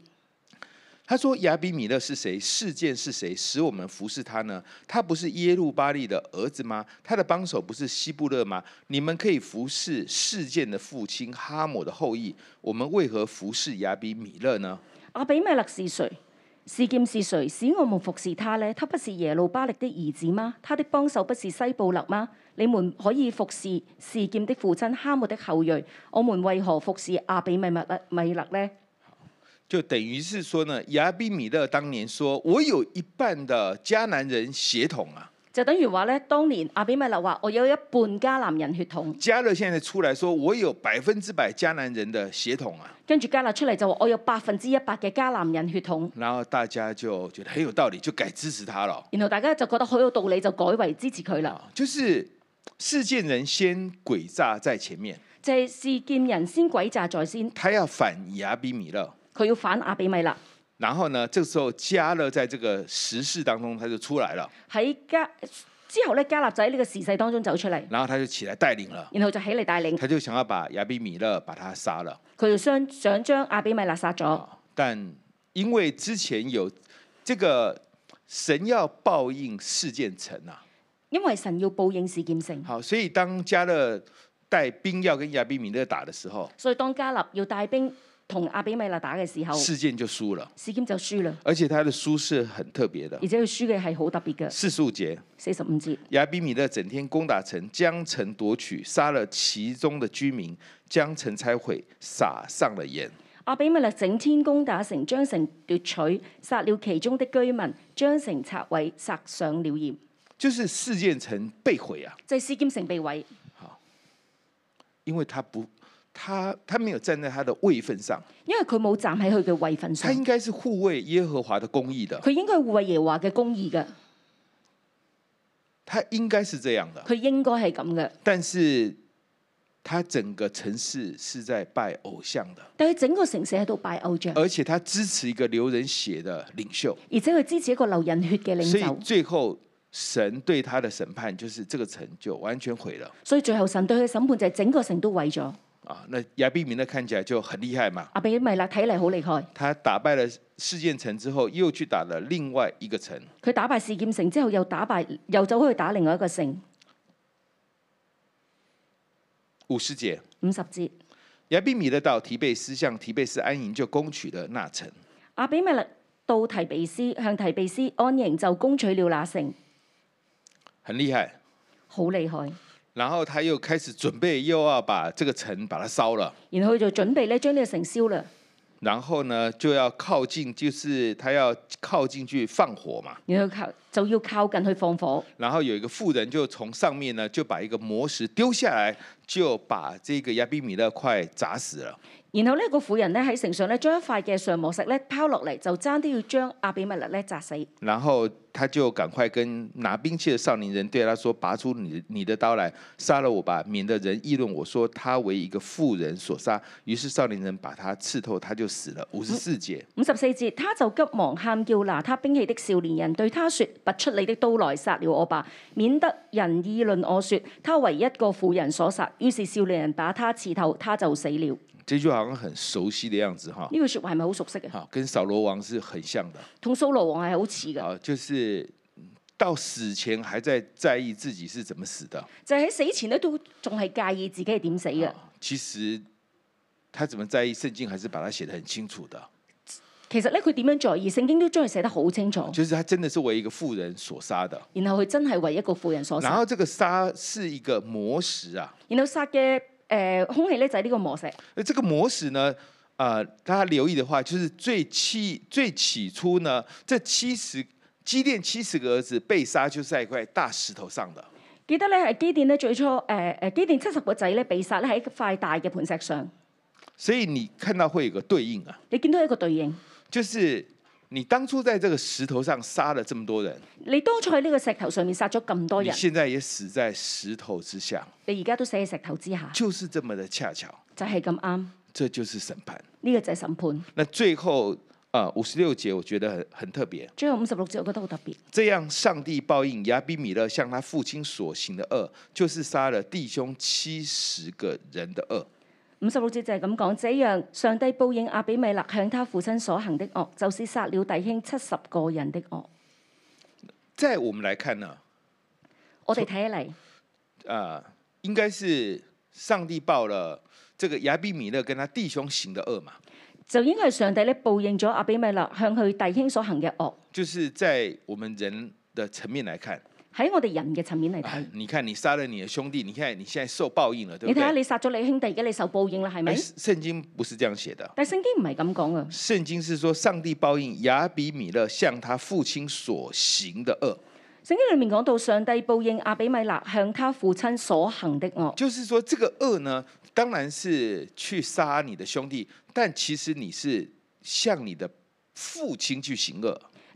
Speaker 2: 他说：“亚比米勒是谁？事件是谁使我们服侍他呢？他不是耶路巴利的儿子吗？他的帮手不是希布勒吗？你们可以服侍事件的父亲哈姆的后裔，我们为何服侍亚比米勒呢？”
Speaker 3: 阿比米勒是誰？事件是誰使我們服侍他呢？他不是耶路巴力的兒子嗎？他的幫手不是西布勒嗎？你們可以服侍事件的父親哈姆的後裔，我們為何服侍阿比米勒米勒呢？
Speaker 2: 就等于是说呢，亚比米勒当年说：“我有一半的迦南人血统啊。
Speaker 3: 就等於話咧，當年阿比米勒話：我有一半迦南人血統。”
Speaker 2: 加勒现在出来说：“我有百分之百迦南人的血统啊。
Speaker 3: 跟住加勒出嚟就話：我有百分之一百嘅迦南人血統。”
Speaker 2: 然后大家就觉得很有道理，就改支持他了。
Speaker 3: 然後大家就覺得好有道理，就改為支持佢啦。
Speaker 2: 啊，就是事件人先诡诈在前面，
Speaker 3: 就係事件人先鬼詐在先，
Speaker 2: 他要反亚比米勒。
Speaker 3: 佢要反阿比米勒。
Speaker 2: 然后呢，这时候加勒在这个时事当中他就出来了，
Speaker 3: 喺加之後咧，加勒仔呢個時勢當中走出嚟，
Speaker 2: 然后他就起来带领了，
Speaker 3: 然後就起嚟帶領，
Speaker 2: 他就想要把亚比米勒把他杀了。
Speaker 3: 佢就想想將阿比米勒殺咗。
Speaker 2: 啊，但因为之前有这个神要报应事件成啊，
Speaker 3: 因為神要報應事件性，
Speaker 2: 好，所以当加勒带兵要跟亚比米勒打的时候，
Speaker 3: 所以當加勒要帶兵同阿比米勒打嘅時候，
Speaker 2: 事件就输了，
Speaker 3: 事件就輸啦。
Speaker 2: 而且他的输是很特别的
Speaker 3: 而。且佢輸嘅係好特別嘅，
Speaker 2: 四十五节，
Speaker 3: 四十五節。
Speaker 2: 亚比米勒整天攻打城，将城夺取，杀了其中的居民，将城拆毁，撒上了盐。
Speaker 3: 阿比米勒整天攻打城，將城奪取，殺了其中的居民，將城拆毀，殺上了鹽。
Speaker 2: 就是事件城被毁啊，
Speaker 3: 就係事件城被毀，
Speaker 2: 因为他不，他他没有站在他的位份上，
Speaker 3: 因為佢冇站喺佢嘅位份
Speaker 2: 他
Speaker 3: 上，
Speaker 2: 应该是护卫耶和华的公义的，
Speaker 3: 佢應該護衛耶和華嘅公義嘅，
Speaker 2: 他应该是这样的。
Speaker 3: 佢應該係咁嘅。
Speaker 2: 但是，他整个城市是在拜偶像的，
Speaker 3: 但係整個城市喺度拜偶像，
Speaker 2: 而且他支持一个流人血的领袖，
Speaker 3: 而且佢支持一個流人血嘅領
Speaker 2: 所
Speaker 3: 袖
Speaker 2: 以，最后神对他的审判就是这个城就完全毁了。
Speaker 3: 所以最後神對佢嘅審判就係整個城都毀咗。
Speaker 2: 啊，那亚比米勒看起来就很厉害嘛。
Speaker 3: 阿比米勒睇嚟好厲害，
Speaker 2: 他打败了事件城之后，又去打了另外一个城，
Speaker 3: 佢打敗事件城之後，又打敗又走去打另外一個城。
Speaker 2: 五十节。
Speaker 3: 五十節，
Speaker 2: 亚比米勒到提贝斯，向提贝斯安营，就攻取了那城。
Speaker 3: 阿比米勒到提比斯，向提比斯安營就攻取了那城，
Speaker 2: 很厉害。
Speaker 3: 好厲害。
Speaker 2: 然后他又开始准备，又要把这个城把它烧了。
Speaker 3: 然後佢就準備咧將呢個城燒啦，
Speaker 2: 然后呢，就要靠近，就是他要靠近去放火嘛。
Speaker 3: 然後靠就要靠近去放火。
Speaker 2: 然后有一个妇人就从上面呢，就把一个磨石丢下来，就把这个亚比米勒快砸死了。
Speaker 3: 然後呢個婦人咧喺城上咧將一塊嘅上磨石咧拋落嚟，就爭啲要將阿比米勒咧砸死。
Speaker 2: 然后他就赶快跟拿兵器的少年人对他说：“拔出你你的刀来，杀了我吧，免得人议论我说他为一个妇人所杀。”于是少年人把他刺透，他就死了。五十四节，
Speaker 3: 五十四節，他就急忙喊叫拿他兵器的少年人對他說：拔出你的刀來殺了我吧，免得人議論我說他為一個婦人所殺。於是少年人把他刺透，他就死了。
Speaker 2: 这句好像很熟悉的样子哈。
Speaker 3: 呢句説話係咪好熟悉嘅？
Speaker 2: 好，跟扫罗王是很像的。
Speaker 3: 同蘇羅王係好似嘅，
Speaker 2: 好，就是到死前还在在意自己是怎么死的。
Speaker 3: 就係喺死前咧都仲係介意自己係點死嘅。
Speaker 2: 好其实他怎么在意，圣经还是把它写得很清楚的，
Speaker 3: 其實咧佢點樣在意，聖經都將佢寫得好清楚。
Speaker 2: 啊就是他真的是為一个妇人所杀的。
Speaker 3: 然後佢真係為一個婦人所
Speaker 2: 然
Speaker 3: 殺，
Speaker 2: 后这个杀是一个磨石啊，
Speaker 3: 然後殺嘅誒空氣咧就係呢個磨石。
Speaker 2: 那这个磨石呢，呃，大家留意的话，就是最起最起初呢，这七十基甸七十个儿子被杀，就是在一块大石头上的。
Speaker 3: 記得咧係基甸咧最初誒誒、基甸七十個仔咧被殺咧喺一塊大嘅磐石上，
Speaker 2: 所以你看到會有個對應啊，
Speaker 3: 你見到一個對應。
Speaker 2: 就是你當初在這個石頭上殺了這麼多人，
Speaker 3: 你當初喺呢個石頭上面殺咗咁多
Speaker 2: 你
Speaker 3: 人，
Speaker 2: 現在也死在石頭之下，
Speaker 3: 你而家都死喺石頭之下，
Speaker 2: 就是這麼的恰巧，
Speaker 3: 就係咁啱。
Speaker 2: 這就是審判。
Speaker 3: 呢、個就係審判。
Speaker 2: 那最後啊，五十六節我覺得很很特別，
Speaker 3: 最後五十六節我覺得好特別。
Speaker 2: 這樣上帝報應亞比米勒向他父親所行的惡，就是殺了弟兄七十個人的惡。
Speaker 3: 五十六節就係咁講，這樣上帝報應阿比米勒向他父親所行的惡，就是殺了弟兄七十個人的惡。
Speaker 2: 在我們來看呢，
Speaker 3: 我哋睇起嚟，
Speaker 2: 啊、應該是上帝報了這個亞比米勒跟他弟兄行的惡嘛。
Speaker 3: 就應該係上帝咧報應咗阿比米勒向佢弟兄所行嘅惡。
Speaker 2: 就是在我們人的層面來看，
Speaker 3: 喺我哋人嘅層面嚟
Speaker 2: 哎
Speaker 3: 睇，
Speaker 2: 你看你殺了你的兄弟，你看你現在受報應了，對
Speaker 3: 你
Speaker 2: 不
Speaker 3: 睇下
Speaker 2: 對？
Speaker 3: 你殺咗你兄弟，而家你受報應啦，係咪
Speaker 2: 哎，？聖經不是這樣寫的，
Speaker 3: 但聖經唔係咁講啊，
Speaker 2: 聖經是說上帝報應亞比米勒向他父親所行的惡，
Speaker 3: 聖經裡面講到上帝報應阿比米勒向他父親所行的惡，
Speaker 2: 就是說這個惡呢，當然是去殺你的兄弟，但其實你是向你的父親去行惡，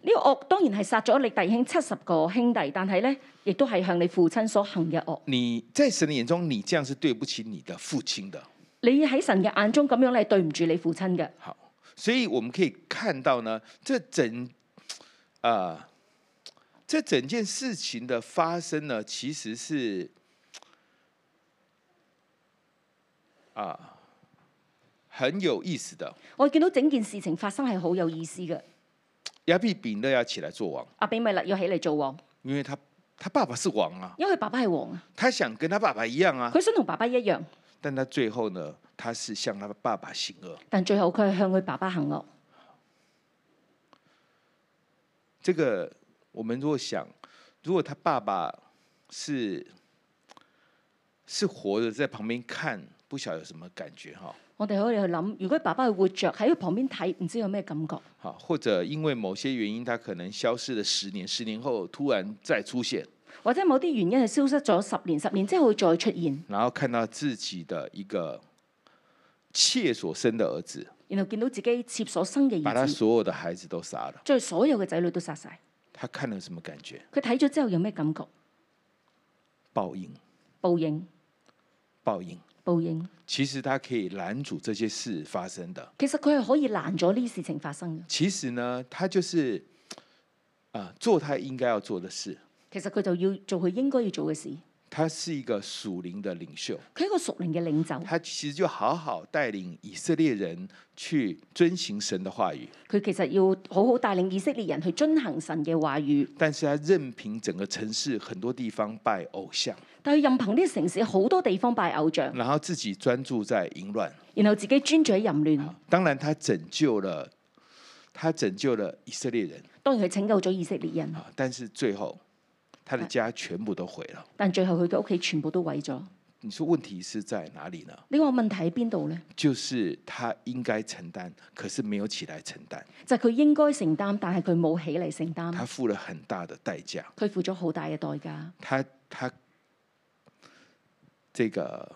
Speaker 3: 呢、個惡當然係殺咗你弟兄七十個兄弟，但係咧亦都係向你父親所行嘅惡。
Speaker 2: 你在神的眼中，你這樣是對不起你的父親的。
Speaker 3: 你喺神嘅眼中咁樣，你係對唔住你父親嘅。
Speaker 2: 好，所以我们可以看到呢，这整啊、呃这整件事情的发生呢，其实是啊、很有意思的。
Speaker 3: 我見到整件事情發生係好有意思嘅。
Speaker 2: 亚比比勒要起来做王，
Speaker 3: 阿比米勒要起嚟做王，
Speaker 2: 因为他他爸爸是王啊，
Speaker 3: 因為佢爸爸係王啊，
Speaker 2: 他想跟他爸爸一样啊，
Speaker 3: 佢想同爸爸一樣，
Speaker 2: 但他最后呢，他是向他爸爸行恶。
Speaker 3: 但最後佢係向佢爸爸行惡。
Speaker 2: 这个我们如果想，如果他爸爸是是活着在旁边看，不晓得有什么感觉哈。
Speaker 3: 我哋可以去諗，如果爸爸係活着喺佢旁邊睇，唔知有咩感覺，
Speaker 2: 好，或者因为某些原因，他可能消失了十年，十年后突然再出现，
Speaker 3: 或者某啲原因係消失咗十年，十年之後佢再出現，
Speaker 2: 然后看到自己的一个妾所生的儿子，
Speaker 3: 然後見到自己妾所生嘅
Speaker 2: 把他
Speaker 3: 兒子，
Speaker 2: 所有的孩子都杀了，
Speaker 3: 將佢所有嘅仔女都殺晒。
Speaker 2: 他看了什么感觉？
Speaker 3: 佢睇咗之後有咩感覺？
Speaker 2: 报应，
Speaker 3: 報應，
Speaker 2: 报应。
Speaker 3: 報應。
Speaker 2: 其实他可以拦阻这些事发生的。
Speaker 3: 其實佢係可以攔咗呢事情發生嘅。
Speaker 2: 其实呢，他就是啊、做他应该要做的事。
Speaker 3: 其實佢就要做佢應該要做嘅事。
Speaker 2: 他是一个属灵的领袖，
Speaker 3: 佢係一個屬靈嘅領袖。
Speaker 2: 他其实就好好带领以色列人去遵行神的話語，
Speaker 3: 佢其實要好好帶領以色列人去遵行神嘅話語，
Speaker 2: 但是他任凭整个城市很多地方拜偶像，
Speaker 3: 但係任憑呢個城市好多地方拜偶像，
Speaker 2: 然后自己专注在淫乱。
Speaker 3: 然後自己專注喺淫亂。
Speaker 2: 当然，他拯救了他拯救了以色列人
Speaker 3: 當然佢拯救咗以色列人，
Speaker 2: 啊，但是最后他的家全部都毀了。
Speaker 3: 但最後佢嘅屋企全部都毀咗。
Speaker 2: 你说問題是在哪里呢？
Speaker 3: 你話問題喺邊度呢？
Speaker 2: 就是他應該承擔，可是沒有起來承擔，
Speaker 3: 就係、佢應該承擔，但係佢冇起嚟承擔，
Speaker 2: 他付了很大的代價。
Speaker 3: 佢付咗好大嘅代價。
Speaker 2: 他他这个，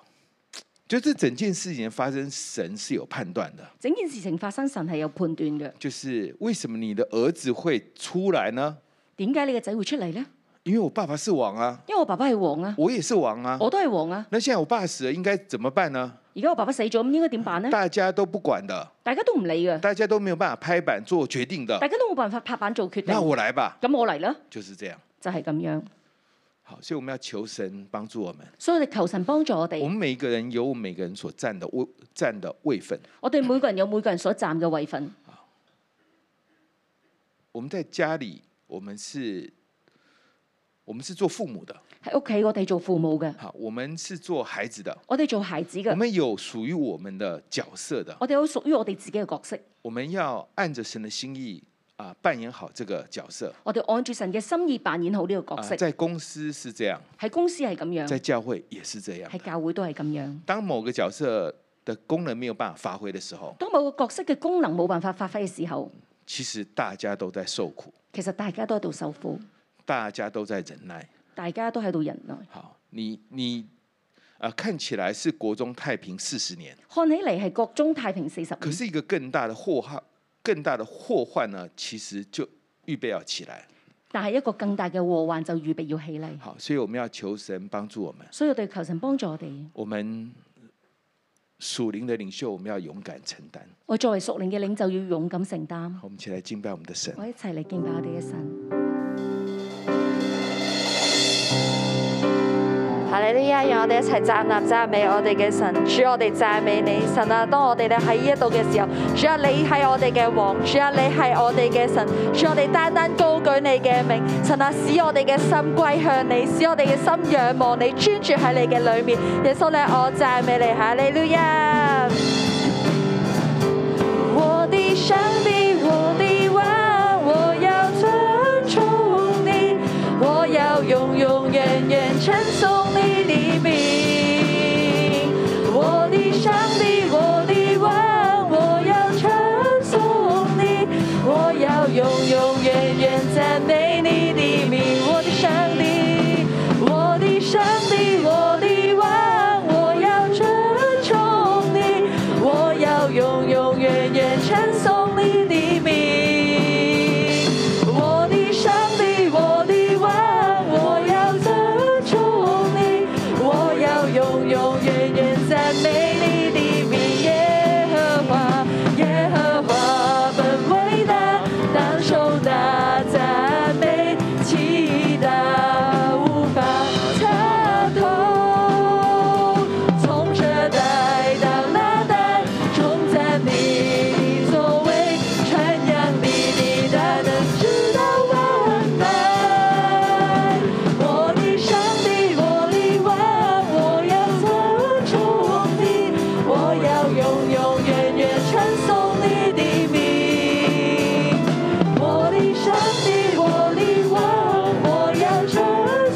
Speaker 2: 就这整件事情的发生，神是有判断的。
Speaker 3: 整件事情發生，神係有判斷嘅。
Speaker 2: 就是为什么你的儿子會出來呢？
Speaker 3: 點解你個仔會出嚟呢？
Speaker 2: 因為我爸爸是王啊，
Speaker 3: 因為我爸爸係王啊，
Speaker 2: 我也是王啊。
Speaker 3: 我都係王啊。
Speaker 2: 那現在我爸死了，應該怎麼辦呢？
Speaker 3: 而家我爸爸死咗，咁應該點辦呢？
Speaker 2: 大家都不管的，
Speaker 3: 大家都唔理嘅，
Speaker 2: 大家都沒有辦法拍板做決定的
Speaker 3: 大。家都冇辦法拍板做決定。
Speaker 2: 那
Speaker 3: 咁
Speaker 2: 我來吧，
Speaker 3: 我嚟啦，
Speaker 2: 就是這樣。
Speaker 3: 就係、咁樣。
Speaker 2: 好，所以我們要求神幫助我們。
Speaker 3: 所以我哋求神幫助我
Speaker 2: 我
Speaker 3: 哋。
Speaker 2: 們每一個人有我們每個人所占的位占的位分。
Speaker 3: 我哋每個人有每個人所站嘅位份。
Speaker 2: 我們在家裡，我們是，我們是做父母的，
Speaker 3: 喺屋企我哋做父母嘅，
Speaker 2: 好，我們是做孩子的，
Speaker 3: 我哋做孩子
Speaker 2: 我
Speaker 3: 嘅，
Speaker 2: 們有屬於我們的角色的，
Speaker 3: 哦我哋有屬於我哋自己嘅角色。
Speaker 2: 我們要按着神的心意啊扮演好这个角色
Speaker 3: 我哋按住神嘅心意扮演好呢個角
Speaker 2: 啊，
Speaker 3: 色，
Speaker 2: 在公司是这样，
Speaker 3: 喺公司係咁樣，
Speaker 2: 在教会也是这样
Speaker 3: 喺。教會都係咁樣。
Speaker 2: 当某个角色的功能没有办法发挥的时候，
Speaker 3: 當某個角色嘅功能冇辦法發揮嘅時候，
Speaker 2: 其实大家都在受苦，
Speaker 3: 其實大家都喺度受苦，
Speaker 2: 大家都在忍耐。
Speaker 3: 大家都喺度忍耐。
Speaker 2: 好，你你啊、呃看起来是国中太平四十年，
Speaker 3: 看起嚟係國中太平四十
Speaker 2: 可
Speaker 3: 年，
Speaker 2: 是一个更大的祸患，更大的祸患呢，其实就预备要起来。
Speaker 3: 但係一個更大嘅禍患就預備要起嚟。
Speaker 2: 好，所以我们要求神帮助我们，
Speaker 3: 所以我哋求神幫助我哋。
Speaker 2: 我们属灵的领袖，我们要勇敢承担。
Speaker 3: 我作為屬靈嘅領袖要勇敢承擔。
Speaker 2: 好我们一起来敬拜我们的神。
Speaker 3: 我一齊嚟敬拜我哋嘅神。
Speaker 4: 哈利路亞！讓我哋一齊站立讚美我哋嘅神，主我哋讚美你神啊！當我哋咧喺呢一度嘅時候，主啊你係我哋嘅王，主啊你係我哋嘅神，主我哋單單高舉你嘅名，神啊使我哋嘅心歸向你，使我哋嘅心仰望你，專注喺你嘅裏面。耶穌咧，我讚美你，哈利路亞！我的上帝，我的王，我要尊崇你，我要永永远远称颂你的名。我的上帝，我的王，我要称颂你，我要永永远远赞美你的名。我的上帝，我的上帝，我的王，我要称颂你，我要永永远远称颂你的名。我的上帝，我的王，我要赞颂你，我要永永远远赞美你的名。耶和华，耶和华本伟大，当受大赞美，其大无法参透。从这代到那代，重赞你的作为，传扬你的大能，直到万代。我的上帝，我的王，我要赞颂你，我要永永远远称颂你的名。我的上帝，我的王，我要称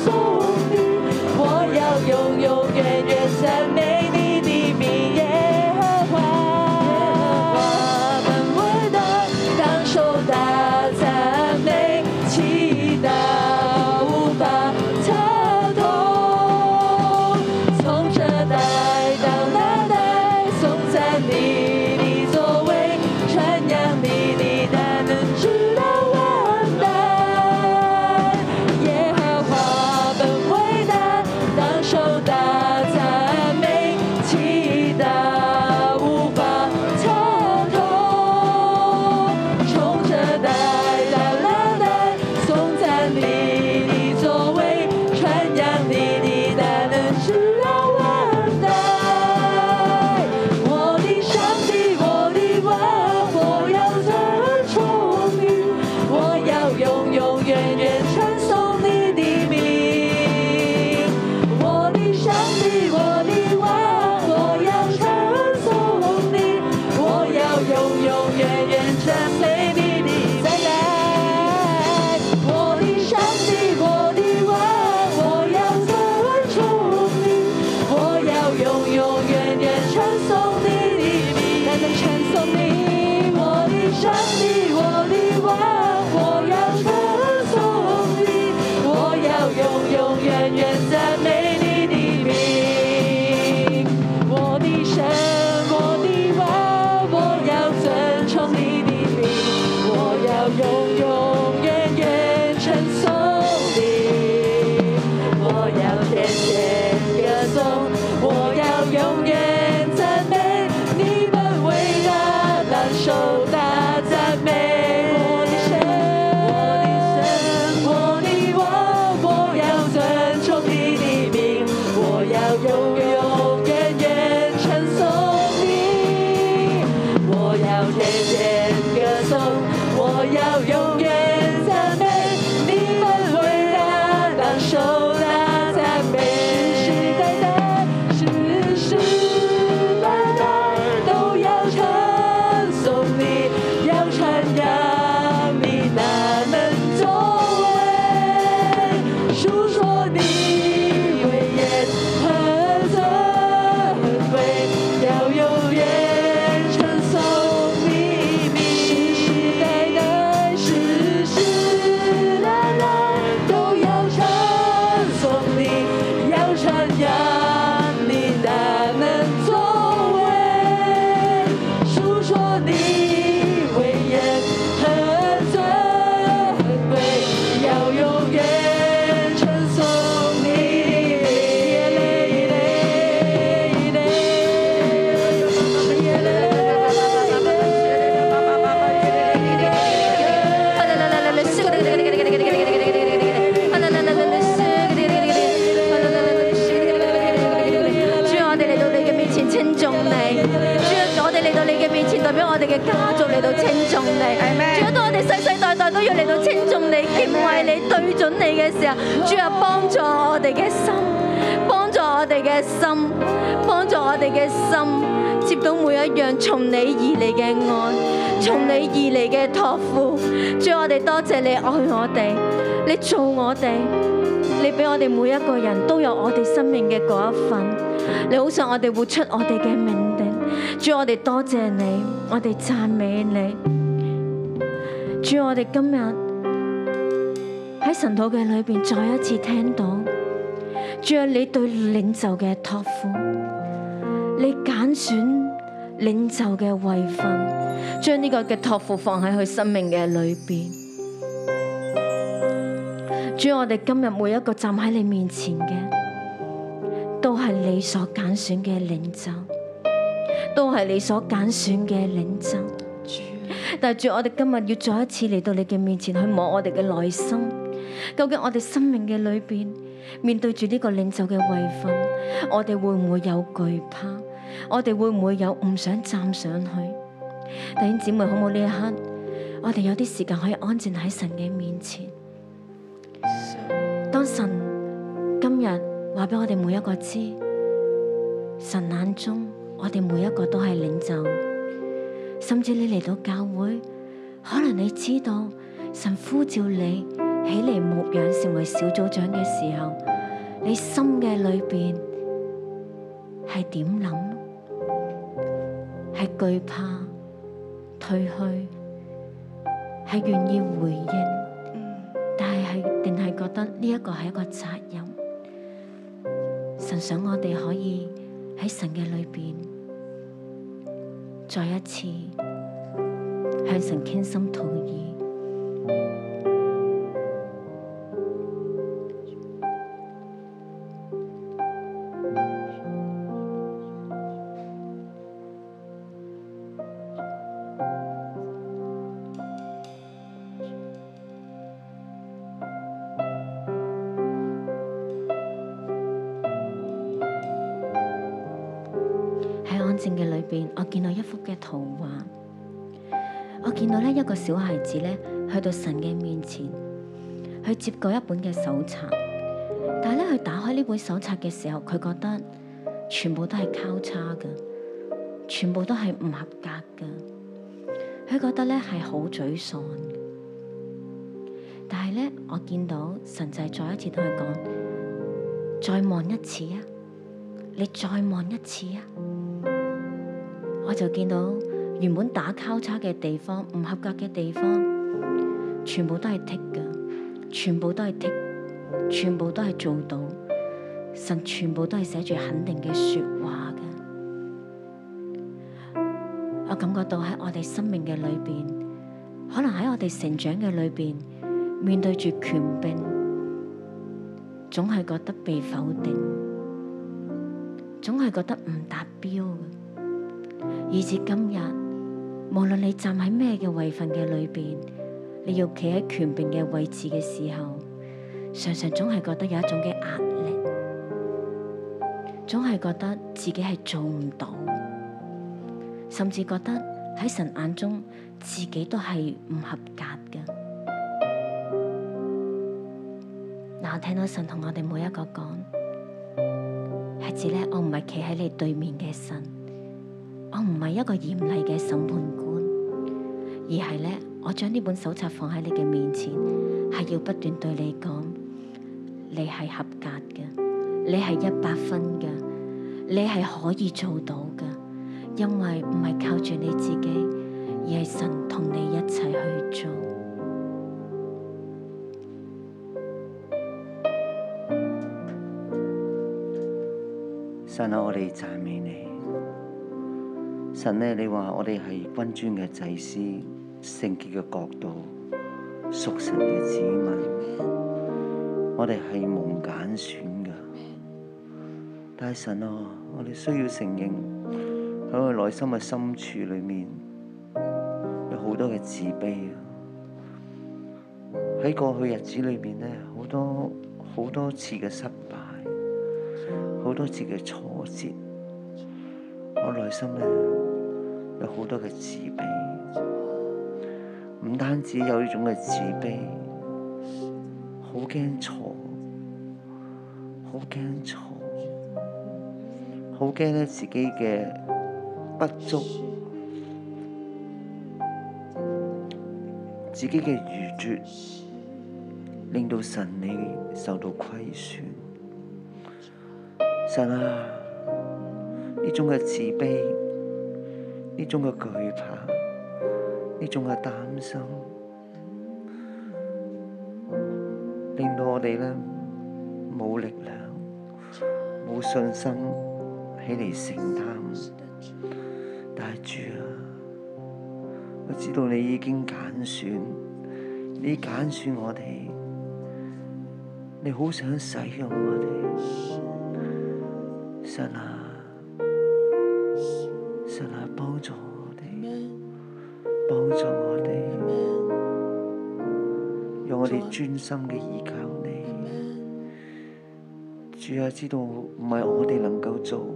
Speaker 4: 颂你，我要永永远远赞美你的名。耶和华，我们伟大，当受大赞美，祈祷无法参透。从这代到那代，颂赞你的作为，传扬你的大能，直到万代。耶和华本伟大，当受大赞美，祈祷无法参透。从这代到那代，颂赞你的作为，传扬你的大能，直到万代。我的上帝，我的王，我要赞颂你，我要永永远远称颂你的名。我的上帝，我的王，我要称颂你，我要永永远远赞美你的名。我的上帝，我的王，我要赞颂你，我要永永远远称颂你的名，单单称颂你。我的上帝，我的王，我要称颂你，我要永永远远赞美你的名。我的神，我的王，我要尊崇你的名，我要永永远远称颂你，我要天天歌颂，我要永远赞美你们伟大，大手大赞美。我的神，我的神，我的王，我要尊崇你的名，我要永永远远称颂你，我要天天歌颂，我要永远赞美你们伟大，当手大赞美，世世代代，世世代代都要称颂你，要传扬你。
Speaker 5: 代表我哋嘅家族嚟到稱頌你。主啊，當我哋世世代代都要嚟到稱頌你、敬畏你、對準你嘅時候，主啊，幫助我哋嘅心，幫助我哋嘅心，幫助我哋嘅心，接到每一樣從你而嚟嘅愛，從你而嚟嘅託付。主啊，我哋多謝你愛我哋，你做我哋。你俾我哋每一個人都有我哋生命嘅嗰一份，你好想我哋活出我哋嘅命定。主，我哋多謝你，我哋讚美你。主，我哋今日喺神土嘅裏邊再一次聽到，主啊，你對領袖嘅託付，你揀選領袖嘅位份，將呢個嘅託付放喺佢生命嘅裏邊。主，我哋今日每一個站喺你面前嘅，都係你所揀選嘅領袖，都係你所揀選嘅領袖。但係主，我哋今日要再一次嚟到你嘅面前去摸我哋嘅內心，究竟我哋生命嘅裏邊面對住呢個領袖嘅位份，我哋會唔會有懼怕？我哋會唔會有唔想站上去？弟兄姊妹，好冇呢一刻，我哋有啲時間可以安靜喺神嘅面前。當神今日話俾我哋每一個知，神眼中我哋每一個都係領袖，甚至你嚟到教會，可能你知道神呼召你起嚟牧養成為小組長嘅時候，你心嘅裏邊係點諗？係懼怕、退去，係願意回應？但係係定係覺得呢一個係一個責任。神想我哋可以喺神嘅裏邊，再一次向神傾心吐意。喺安靜嘅裏邊，我見到一幅嘅圖畫。我見到呢一個小孩子呢，去到神嘅面前，去接過一本嘅手冊。但係呢，佢打開呢本手冊嘅時候，佢覺得全部都係交叉嘅，全部都係唔合格嘅。佢覺得呢係好沮喪嘅。但係呢，我見到神就係再一次同佢講：再望一次啊！你再望一次啊！我就見到原本打交叉嘅地方、唔合格嘅地方，全部都係剔嘅，全部都係剔，全部都係做到。神全部都係寫住肯定嘅説話嘅。我感覺到喺我哋生命嘅裏邊，可能喺我哋成長嘅裏邊，面對住權柄，總係覺得被否定，總係覺得唔達標嘅。以至今日，無論你站喺咩嘅位份嘅裏邊，你要企喺權柄嘅位置嘅時候，常常總係覺得有一種嘅壓力，總係覺得自己係做唔到，甚至覺得喺神眼中自己都係唔合格嘅。嗱，我聽到神同我哋每一個講，係指咧，我唔係企喺你對面嘅神。我唔係一個嚴厲嘅審判官，而係呢，我將呢本手冊放喺你嘅面前，係要不斷對你講，你係合格嘅，你係一百分嘅，你係可以做到嘅，因為唔係靠住你自己，而係神同你一齊去做。
Speaker 6: 神啊，我哋讚美你。神呢，你話我哋係君尊嘅祭司，聖潔嘅國度，屬神嘅子民。我哋係蒙揀選嘅，但係神啊，我哋需要承認喺我內心嘅深處裏面，有好多嘅自卑啊。喺過去日子裏面呢，好多好多次嘅失敗，好多次嘅挫折。我內心咧有好多嘅自卑，唔單止有呢種嘅自卑，好驚錯，好驚錯，好驚咧自己嘅不足，自己嘅愚拙，令到神你受到虧損。神啊，呢種嘅自卑，呢種嘅懼怕，呢種嘅擔心，令到我哋咧冇力量、冇信心起嚟承擔。但係主啊，我知道你已經揀選，你揀選我哋，你好想使用我哋。神啊，神啊，幫助我哋，幫助我哋，讓我哋專心嘅依靠你。主啊，知道唔係我哋能夠做，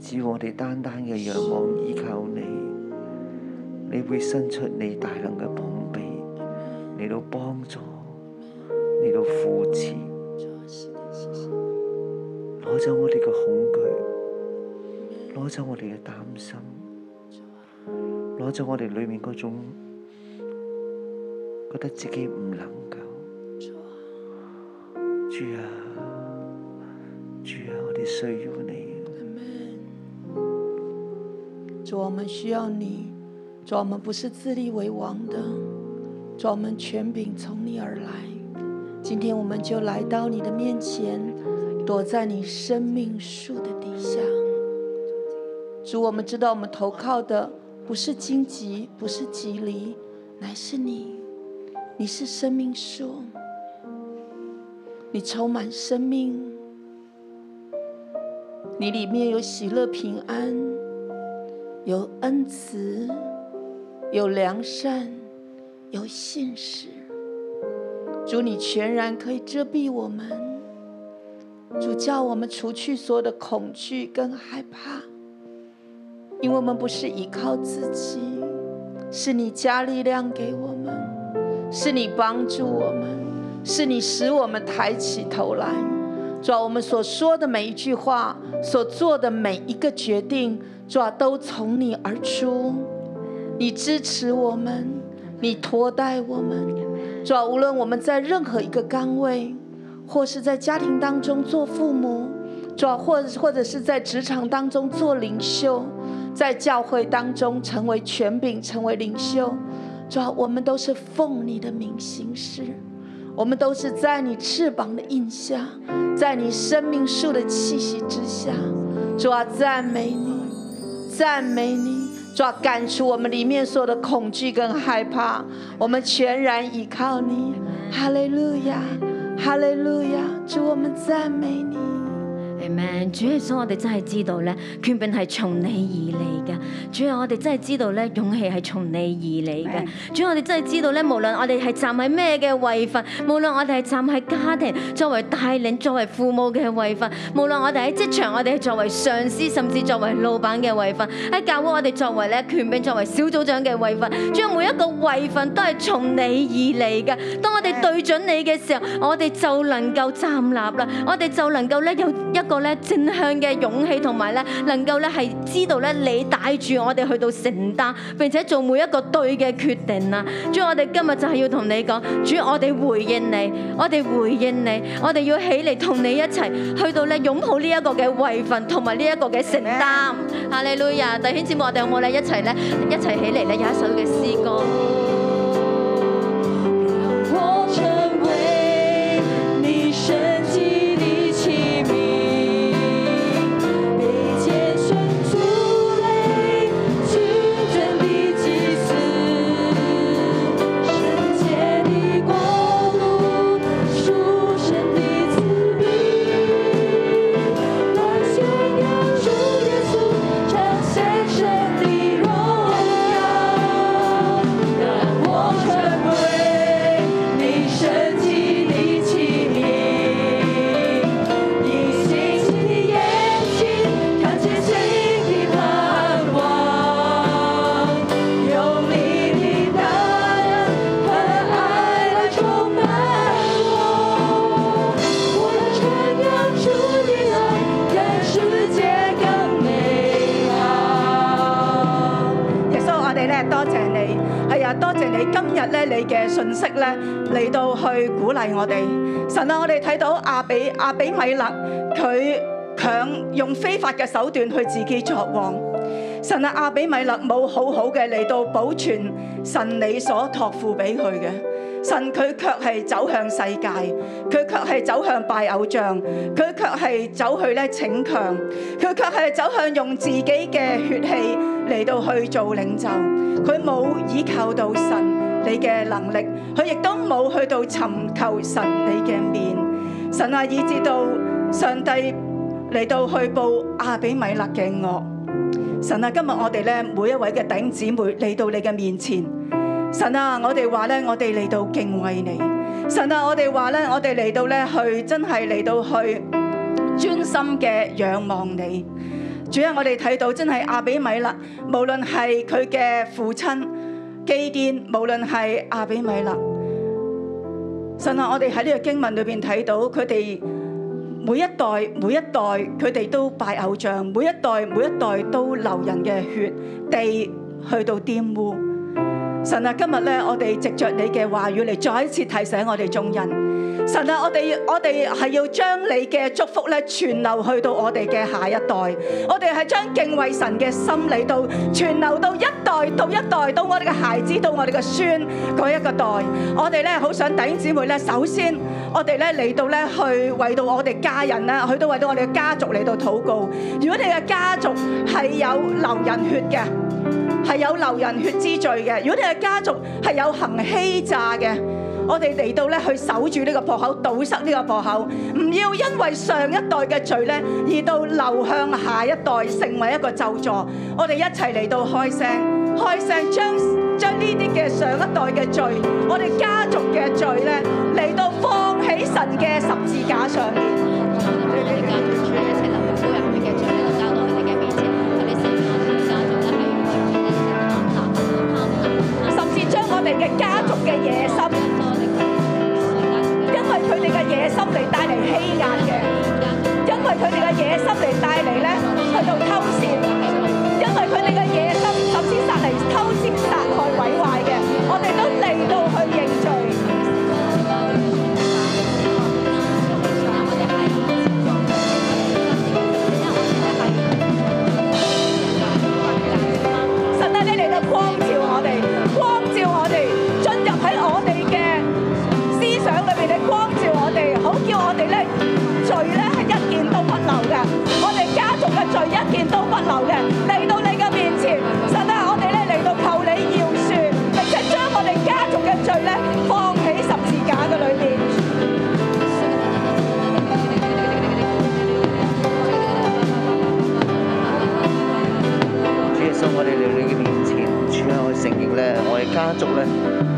Speaker 6: 只要我哋單單嘅仰望依靠你，你會伸出你大能嘅膀臂嚟到幫助，嚟到扶持。攞走我哋嘅恐懼，攞走我哋嘅擔心，攞走我哋裏面嗰種覺得自己唔能夠。主啊，主啊，我哋需要你。
Speaker 7: 主，我们需要你。主，我们不是自立为王的。主，我们权柄从你而来。今天我们就来到你的面前，躲在你生命树的底下。主，我们知道我们投靠的不是荆棘，不是棘藜，乃是你。你是生命树，你充满生命，你里面有喜乐平安。有恩慈，有良善，有信实。主，你全然可以遮蔽我们。主叫我们除去所有的恐惧跟害怕，因为我们不是依靠自己，是你加力量给我们，是你帮助我们，是你使我们抬起头来。主啊，我们所说的每一句话，所做的每一个决定，主啊，都从你而出。你支持我们，你托带我们。主啊，无论我们在任何一个岗位，或是在家庭当中做父母，主啊，或或者是在职场当中做领袖，在教会当中成为权柄，成为领袖，主啊，我们都是奉你的名行事。我们都是在你翅膀的印下，在你生命树的气息之下。主啊，赞美你，赞美你。主啊，赶出我们里面所有的恐惧跟害怕，我们全然依靠你。哈利路亚，哈利路亚！主，我们赞美你。
Speaker 8: Amen，主耶穌，我哋真係知道咧，權柄係從你而嚟嘅。主啊，我哋真係知道咧，勇氣係從你而嚟嘅。主啊，我哋真係知道咧，無論我哋係站喺咩嘅位份，無論我哋係站喺家庭作為帶領、作為父母嘅位份，無論我哋喺職場，我哋係作為上司，甚至作為老闆嘅位份，喺教會我哋作為咧權柄、作為小組長嘅位份，主啊，每一個位份都係從你而嚟嘅。當我哋對準你嘅時候，我哋就能夠站立啦，我哋就能夠咧有一個咧正向嘅勇氣，同埋咧能夠咧係知道咧你帶住我哋去到承擔，並且做每一個對嘅決定啊！主，我哋今日就係要同你講，主，我哋回應你，我哋回應你，我哋要起嚟同你一齊去到咧擁抱呢一個嘅位份，同埋呢一個嘅承擔。哈利路亞！弟兄姊妹，我哋有冇咧一齊咧一齊起嚟咧有一首嘅詩歌？
Speaker 4: 我成为你神迹的器皿，被拣选出类，群尊的祭司，圣洁的国度，属神的子民，来宣扬主耶稣彰显神的荣耀。
Speaker 9: 啊係多謝你，係啊，多謝你今日咧，你嘅信息咧嚟到去鼓勵我哋。神啊，我哋睇到阿比阿比米勒佢強用非法嘅手段去自己作王。神啊，阿比米勒冇好好嘅嚟到保存神你所託付俾佢嘅。神佢卻係走向世界，佢卻係走向拜偶像，佢卻係走去咧逞強，佢卻係走向用自己嘅血氣嚟到去做領袖，佢冇依靠到神你嘅能力，佢亦都冇去到尋求神你嘅面，神啊，以至到上帝嚟到去報亞比米勒嘅惡。神啊，今日我哋咧每一位嘅弟兄姊妹嚟到你嘅面前，神啊，我哋話咧，我哋嚟到敬畏你。神啊，我哋話咧，我哋嚟到咧去真係嚟到去專心嘅仰望你。主啊，我哋睇到真係亞比米勒，無論係佢嘅父親基甸，無論係亞比米勒，神啊，我哋喺呢個經文裏邊睇到佢哋。每一代每一代佢哋都拜偶像，每一代每一代都流人嘅血，地去到玷污。神啊，今日咧，我哋藉着你嘅話語嚟再一次提醒我哋眾人。神啊，我哋我哋係要將你嘅祝福咧傳流去到我哋嘅下一代。我哋係將敬畏神嘅心理到傳流到一代到一代，到我哋嘅孩子，到我哋嘅孫嗰一個代。我哋咧好想弟兄姊妹咧，首先我哋咧嚟到咧去為到我哋家人咧，去到為到我哋嘅家族嚟到禱告。如果你嘅家族係有流人血嘅。係有流人血之罪嘅，如果你嘅家族係有行欺詐嘅，我哋嚟到咧去守住呢個破口，堵塞呢個破口，唔要因為上一代嘅罪咧而到流向下一代，成為一個咒詛。我哋一齊嚟到開聲，開聲將將呢啲嘅上一代嘅罪，我哋家族嘅罪咧嚟到放喺神嘅十字架上面。甚至將我哋嘅家族嘅野心，因為佢哋嘅野心嚟帶嚟欺壓嘅，因為佢哋嘅野心嚟帶嚟咧去到偷竊，因為佢哋嘅野心甚至殺嚟偷竊、殺害、毀壞嘅，我哋都嚟到去認罪。神啊，你嚟到光照我哋，光照我哋，進入喺我哋嘅思想裏面，你光照我哋，好叫我哋咧罪咧係一件都不留嘅，我哋家族嘅罪一件都不留嘅，嚟到你嘅面前，神啊，我哋咧嚟到求你饒恕，並且將我哋家族嘅罪咧放喺十字架嘅裏面。
Speaker 6: 主耶穌，我哋嚟到你嘅面前，主啊，我承認咧，我哋家族咧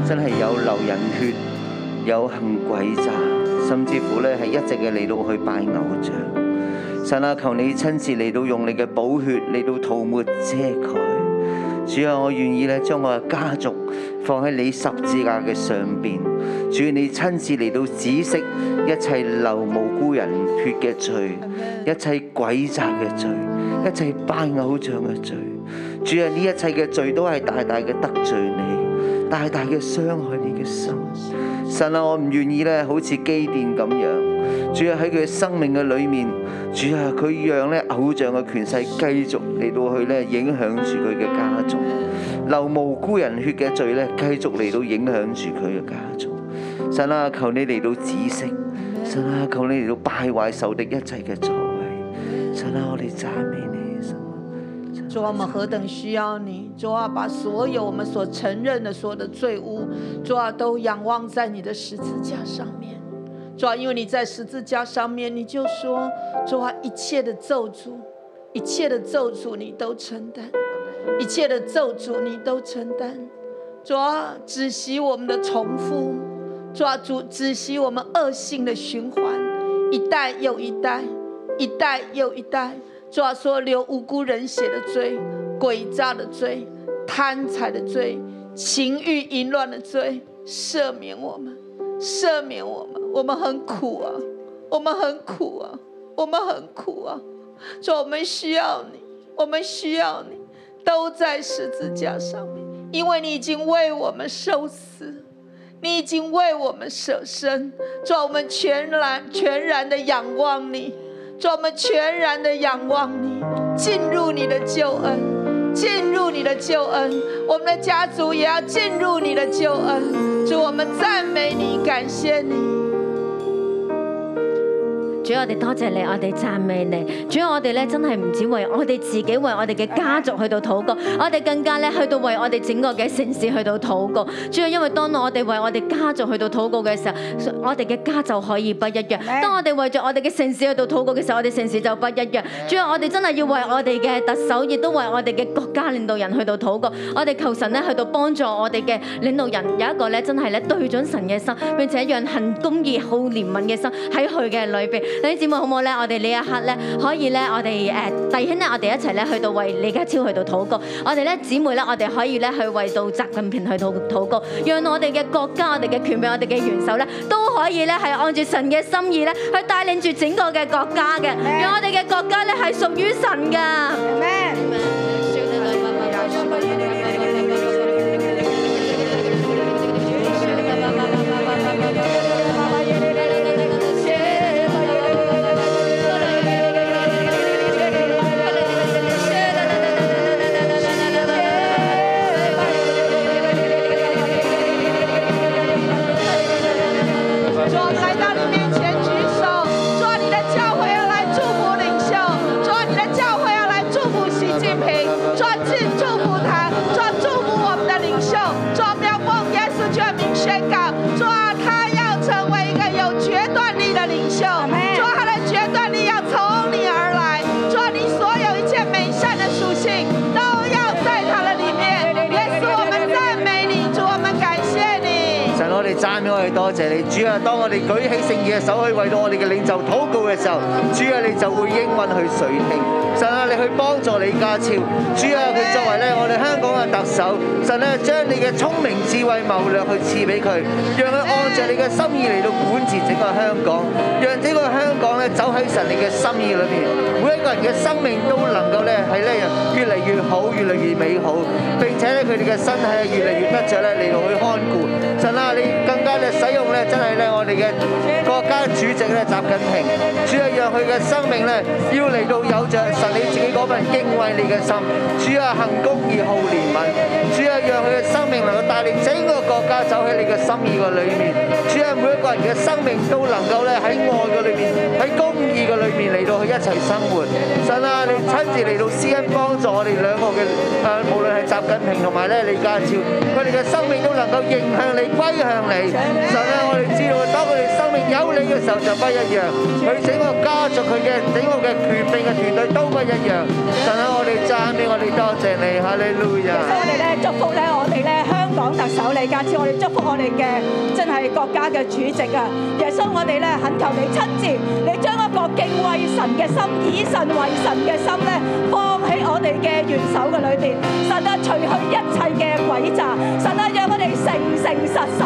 Speaker 6: 真係有流人血，有行詭詐，甚至乎咧係一直嘅嚟到去拜偶像。神啊，求你親自嚟到用你嘅寶血嚟到塗抹遮蓋。主啊，我願意咧將我嘅家族放喺你十字架嘅上邊。主，你親自嚟到止息一切流無辜人血嘅罪，一切詭詐嘅罪，一切拜偶像嘅罪。主啊，呢一切嘅罪都係大大嘅得罪你，大大嘅傷害你嘅心。神啊，我唔願意咧，好似基甸咁樣。主啊，喺佢嘅生命嘅裏面，主啊，佢讓咧偶像嘅權勢繼續嚟到去咧影響住佢嘅家族，流無辜人血嘅罪咧繼續嚟到影響住佢嘅家族。神啊，求你嚟到止息，神啊，求你嚟到敗壞仇敵一切嘅作為。神啊，我哋讚美你，神啊。
Speaker 7: 主啊，我们何等需要你！主啊，把所有我们所承认的所有的罪污，主啊，都仰望在你的十字架上面。主啊，因为你在十字架上面，你就说，主啊，一切的咒诅，一切的咒诅你都承担，一切的咒诅你都承担。主啊，止息我们的重复，主啊，主止息我们恶性的循环，一代又一代，一代又一代。主啊，所有流无辜人血的罪、诡诈的罪、贪财的罪、情欲淫乱的罪，赦免我们，赦免我们，我们很苦啊，我们很苦啊，我们很苦啊。主啊，我们需要你，我们需要你，都在十字架上面，
Speaker 10: 因为你已经为我们受死，你已经为我们舍身。主啊，我们全然全然的仰望你，主啊，我们全然的仰望你，进入你的救恩，进入你的救恩。我们的家族也要进入你的救恩。主，我们赞美你，感谢你。
Speaker 8: 主，我哋多謝你，我哋讚美你。主，我哋咧真係唔止為我哋自己，為我哋嘅家族去到禱告，我哋更加咧去到為我哋整個嘅城市去到禱告。主要因為當我哋為我哋家族去到禱告嘅時候，我哋嘅家就可以不一樣。當我哋為咗我哋嘅城市去到禱告嘅時候，我哋城市就不一樣。主啊要我哋真係要為我哋嘅特首，亦都為我哋嘅國家領導人去到禱告。我哋求神咧去到幫助我哋嘅領導人有一個咧真係咧對準神嘅心，並且讓行公義、好憐憫嘅心喺佢嘅裏邊。弟兄姊妹好唔好咧？我哋呢一刻咧可以咧，我哋誒、呃弟兄咧，我哋一齊咧去到為李家超去到禱告。我哋咧姊妹咧，我哋可以咧去為到習近平去禱禱告，讓我哋嘅國家、我哋嘅權柄、我哋嘅元首咧都可以咧係按住神嘅心意咧去帶領住整個嘅國家嘅，讓我哋嘅國家咧係屬於神㗎。
Speaker 10: 主啊，来到你面前举手，主啊，你的教会要来祝福领袖，主啊，你的教会要来祝福习近平，主啊，祝祝福他，主啊，祝福我们的领袖，主啊，我们要奉耶稣之名宣告，主啊，他要成为一个有决断力的领袖，主啊，他的决断力要从你而来，主啊，你所有一切美善的属性都要在他的里面，耶稣，我们赞美你，主，我们感谢你。
Speaker 11: 神，啊我哋讚美我哋多謝你，主啊！當我哋舉起聖義嘅手去為到我哋嘅領袖禱告嘅時候，主啊，你就會應允去垂聽。神啊，你去幫助李家超，主啊，佢作為咧我哋香港嘅特首，神啊，將你嘅聰明智慧謀略去賜俾佢，讓佢按着你嘅心意嚟到管治整個香港，讓整個香港咧走喺神你嘅心意裏面，每一個人嘅生命都能夠咧係咧越嚟越好，越嚟越美好，並且咧佢哋嘅身體係越嚟越得着咧嚟到去看顧。神啊，你更加咧使用咧，真係咧我哋嘅國家主席咧習近平，主啊，讓佢嘅生命咧要嚟到有着神你自己嗰份敬畏你嘅心，主啊，行公義好憐憫，主啊，讓佢嘅生命能夠帶領整個國家走喺你嘅心意嘅裏面，主啊，每一個人嘅生命都能夠咧喺愛嘅裏面，喺公義嘅裏面嚟到去一齊生活。神啊，你親自嚟到施恩幫助我哋兩個嘅呃誒，無論係習近平同埋咧李家超，佢哋嘅生命都能夠迎向你、歸向你。神啊，我哋知道當佢哋生命有你嘅時候就不一樣，佢整個家族佢嘅整個嘅權柄嘅團隊都不一樣。神啊，我哋讚美我哋多謝你，哈利路
Speaker 6: 啊
Speaker 11: 亞！
Speaker 12: 我哋咧祝福咧，我哋咧香港特首李家超，我哋祝福我哋嘅真係國家嘅主席啊！耶穌，我哋咧懇求你親自，你將一個敬畏神嘅心、以神為神嘅心咧，放喺我哋嘅元首嘅裏邊。神啊，除去一切嘅詭詐，神啊，讓我哋誠誠實實，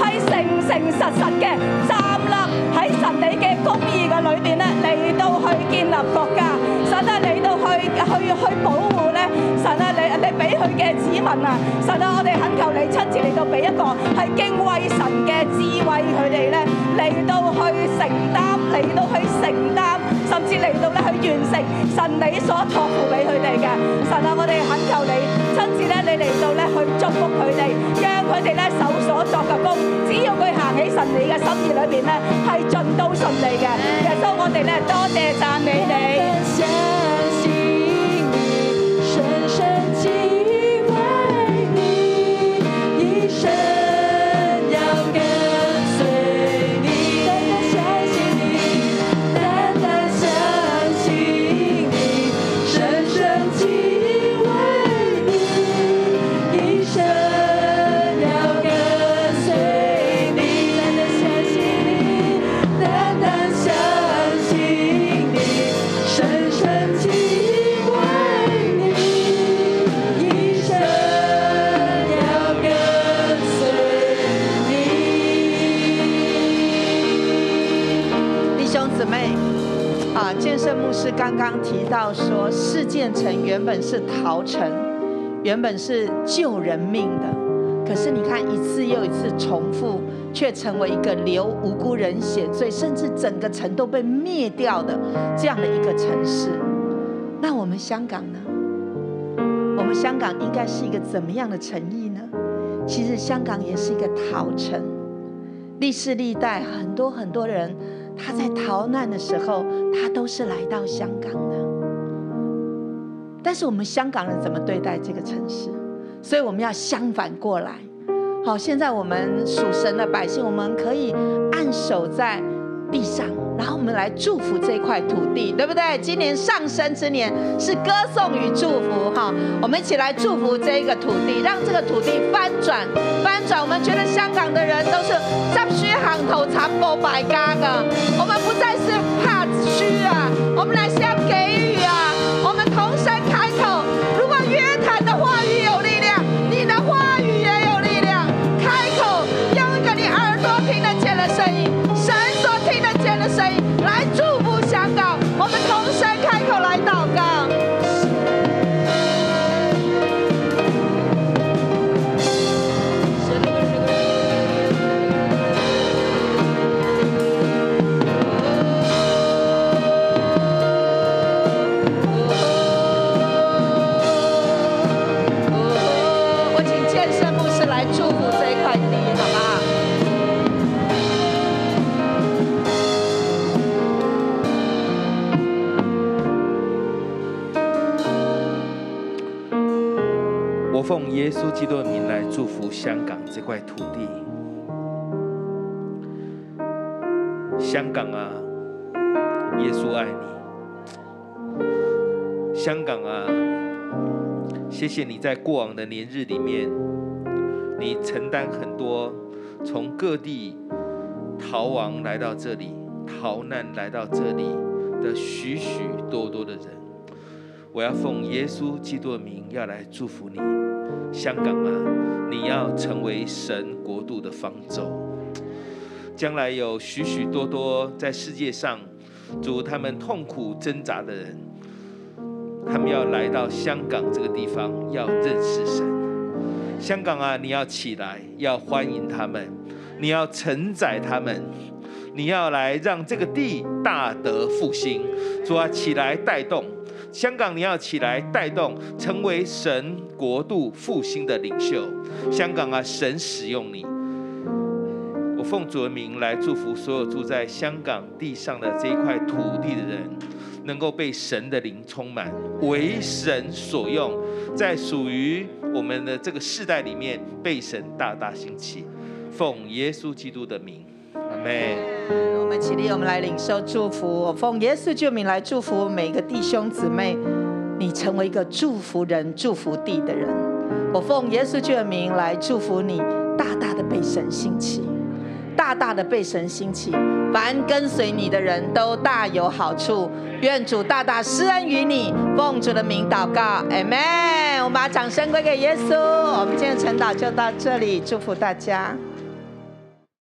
Speaker 12: 係誠誠實實嘅站立喺神你嘅公義嘅裏邊咧，嚟到去建立國家。神啊，嚟到去去去保護咧，神啊，你你俾佢嘅子民啊，神啊，我哋懇求你親自嚟到俾一個係敬畏神嘅智慧佢哋咧，嚟到去承擔，嚟到去承擔，甚至嚟到咧去完成神你所託付俾佢哋嘅。神啊，我哋懇求你親自咧，你嚟到咧去祝福佢哋，讓佢哋咧手所作嘅工，只要佢行喺神你嘅心意裏邊咧，係盡都順利嘅。耶穌，我哋咧多謝讚美你。
Speaker 4: 相信你，深深敬畏你，一生要跟随你。单单相信你，单单相信你，深深敬畏你，一生要跟随你。单单相信你，单单相信你。深深敬畏你，一生要跟随你。
Speaker 10: 弟兄姊妹，啊，建设牧师刚刚提到说，事件城原本是逃城，
Speaker 7: 原本是救人命的，可是你看一次又一次重复，却成为一个流无辜人血罪，甚至整个城都被灭掉的这样的一个城市。那我们香港呢？我们香港应该是一个怎么样的诚意呢？其实香港也是一个逃城，历世历代很多很多人，他在逃难的时候，他都是来到香港的。但是我们香港人怎么对待这个城市？所以我们要相反过来。好，现在我们属神的百姓，我们可以按手在地上，然后我们来祝福这块土地，对不对？今年上升之年是歌颂与祝福哈，我们一起来祝福这一个土地，让这个土地翻转，翻转。我们觉得香港的人都是十虚行头残破百家的，我们不再是怕虚啊，我们来是要给予啊，我们同声开口。如果约谈的话语有力量，你的话语也有力量。开口，用一个你耳朵听得见的声音，神所听得见的声音，来祝福香港。我们同声开口来祷告。哦我请健身牧师来祝福这一块地，好不好？
Speaker 13: 我奉耶稣基督的名来祝福香港这块土地。香港啊，耶稣爱你。香港啊，谢谢你在过往的年日里面，你承担很多从各地逃亡来到这里、逃难来到这里的许许多多的人。我要奉耶稣基督的名，要来祝福你，香港啊，你要成为神国度的方舟。将来有许许多多在世界上，主他们痛苦挣扎的人，他们要来到香港这个地方，要认识神。香港啊，你要起来，要欢迎他们，你要承载他们，你要来让这个地大得复兴。主啊，起来带动香港，你要起来带动，成为神国度复兴的领袖。香港啊，神使用你。我奉主的名来祝福所有住在香港地上的这一块土地的人，能够被神的灵充满，为神所用，在属于我们的这个世代里面被神大大兴起。奉耶稣基督的名，阿门。
Speaker 7: 我们起立，我们来领受祝福。我奉耶稣救名来祝福每个弟兄姊妹，你成为一个祝福人、祝福地的人。我奉耶稣救名来祝福你，大大的被神兴起，大大的被神兴起。凡跟随你的人都大有好处。愿主大大施恩于你。奉主的名祷告，Amen。我们把掌声归给耶稣。我们今天的晨祷就到这里，祝福大家。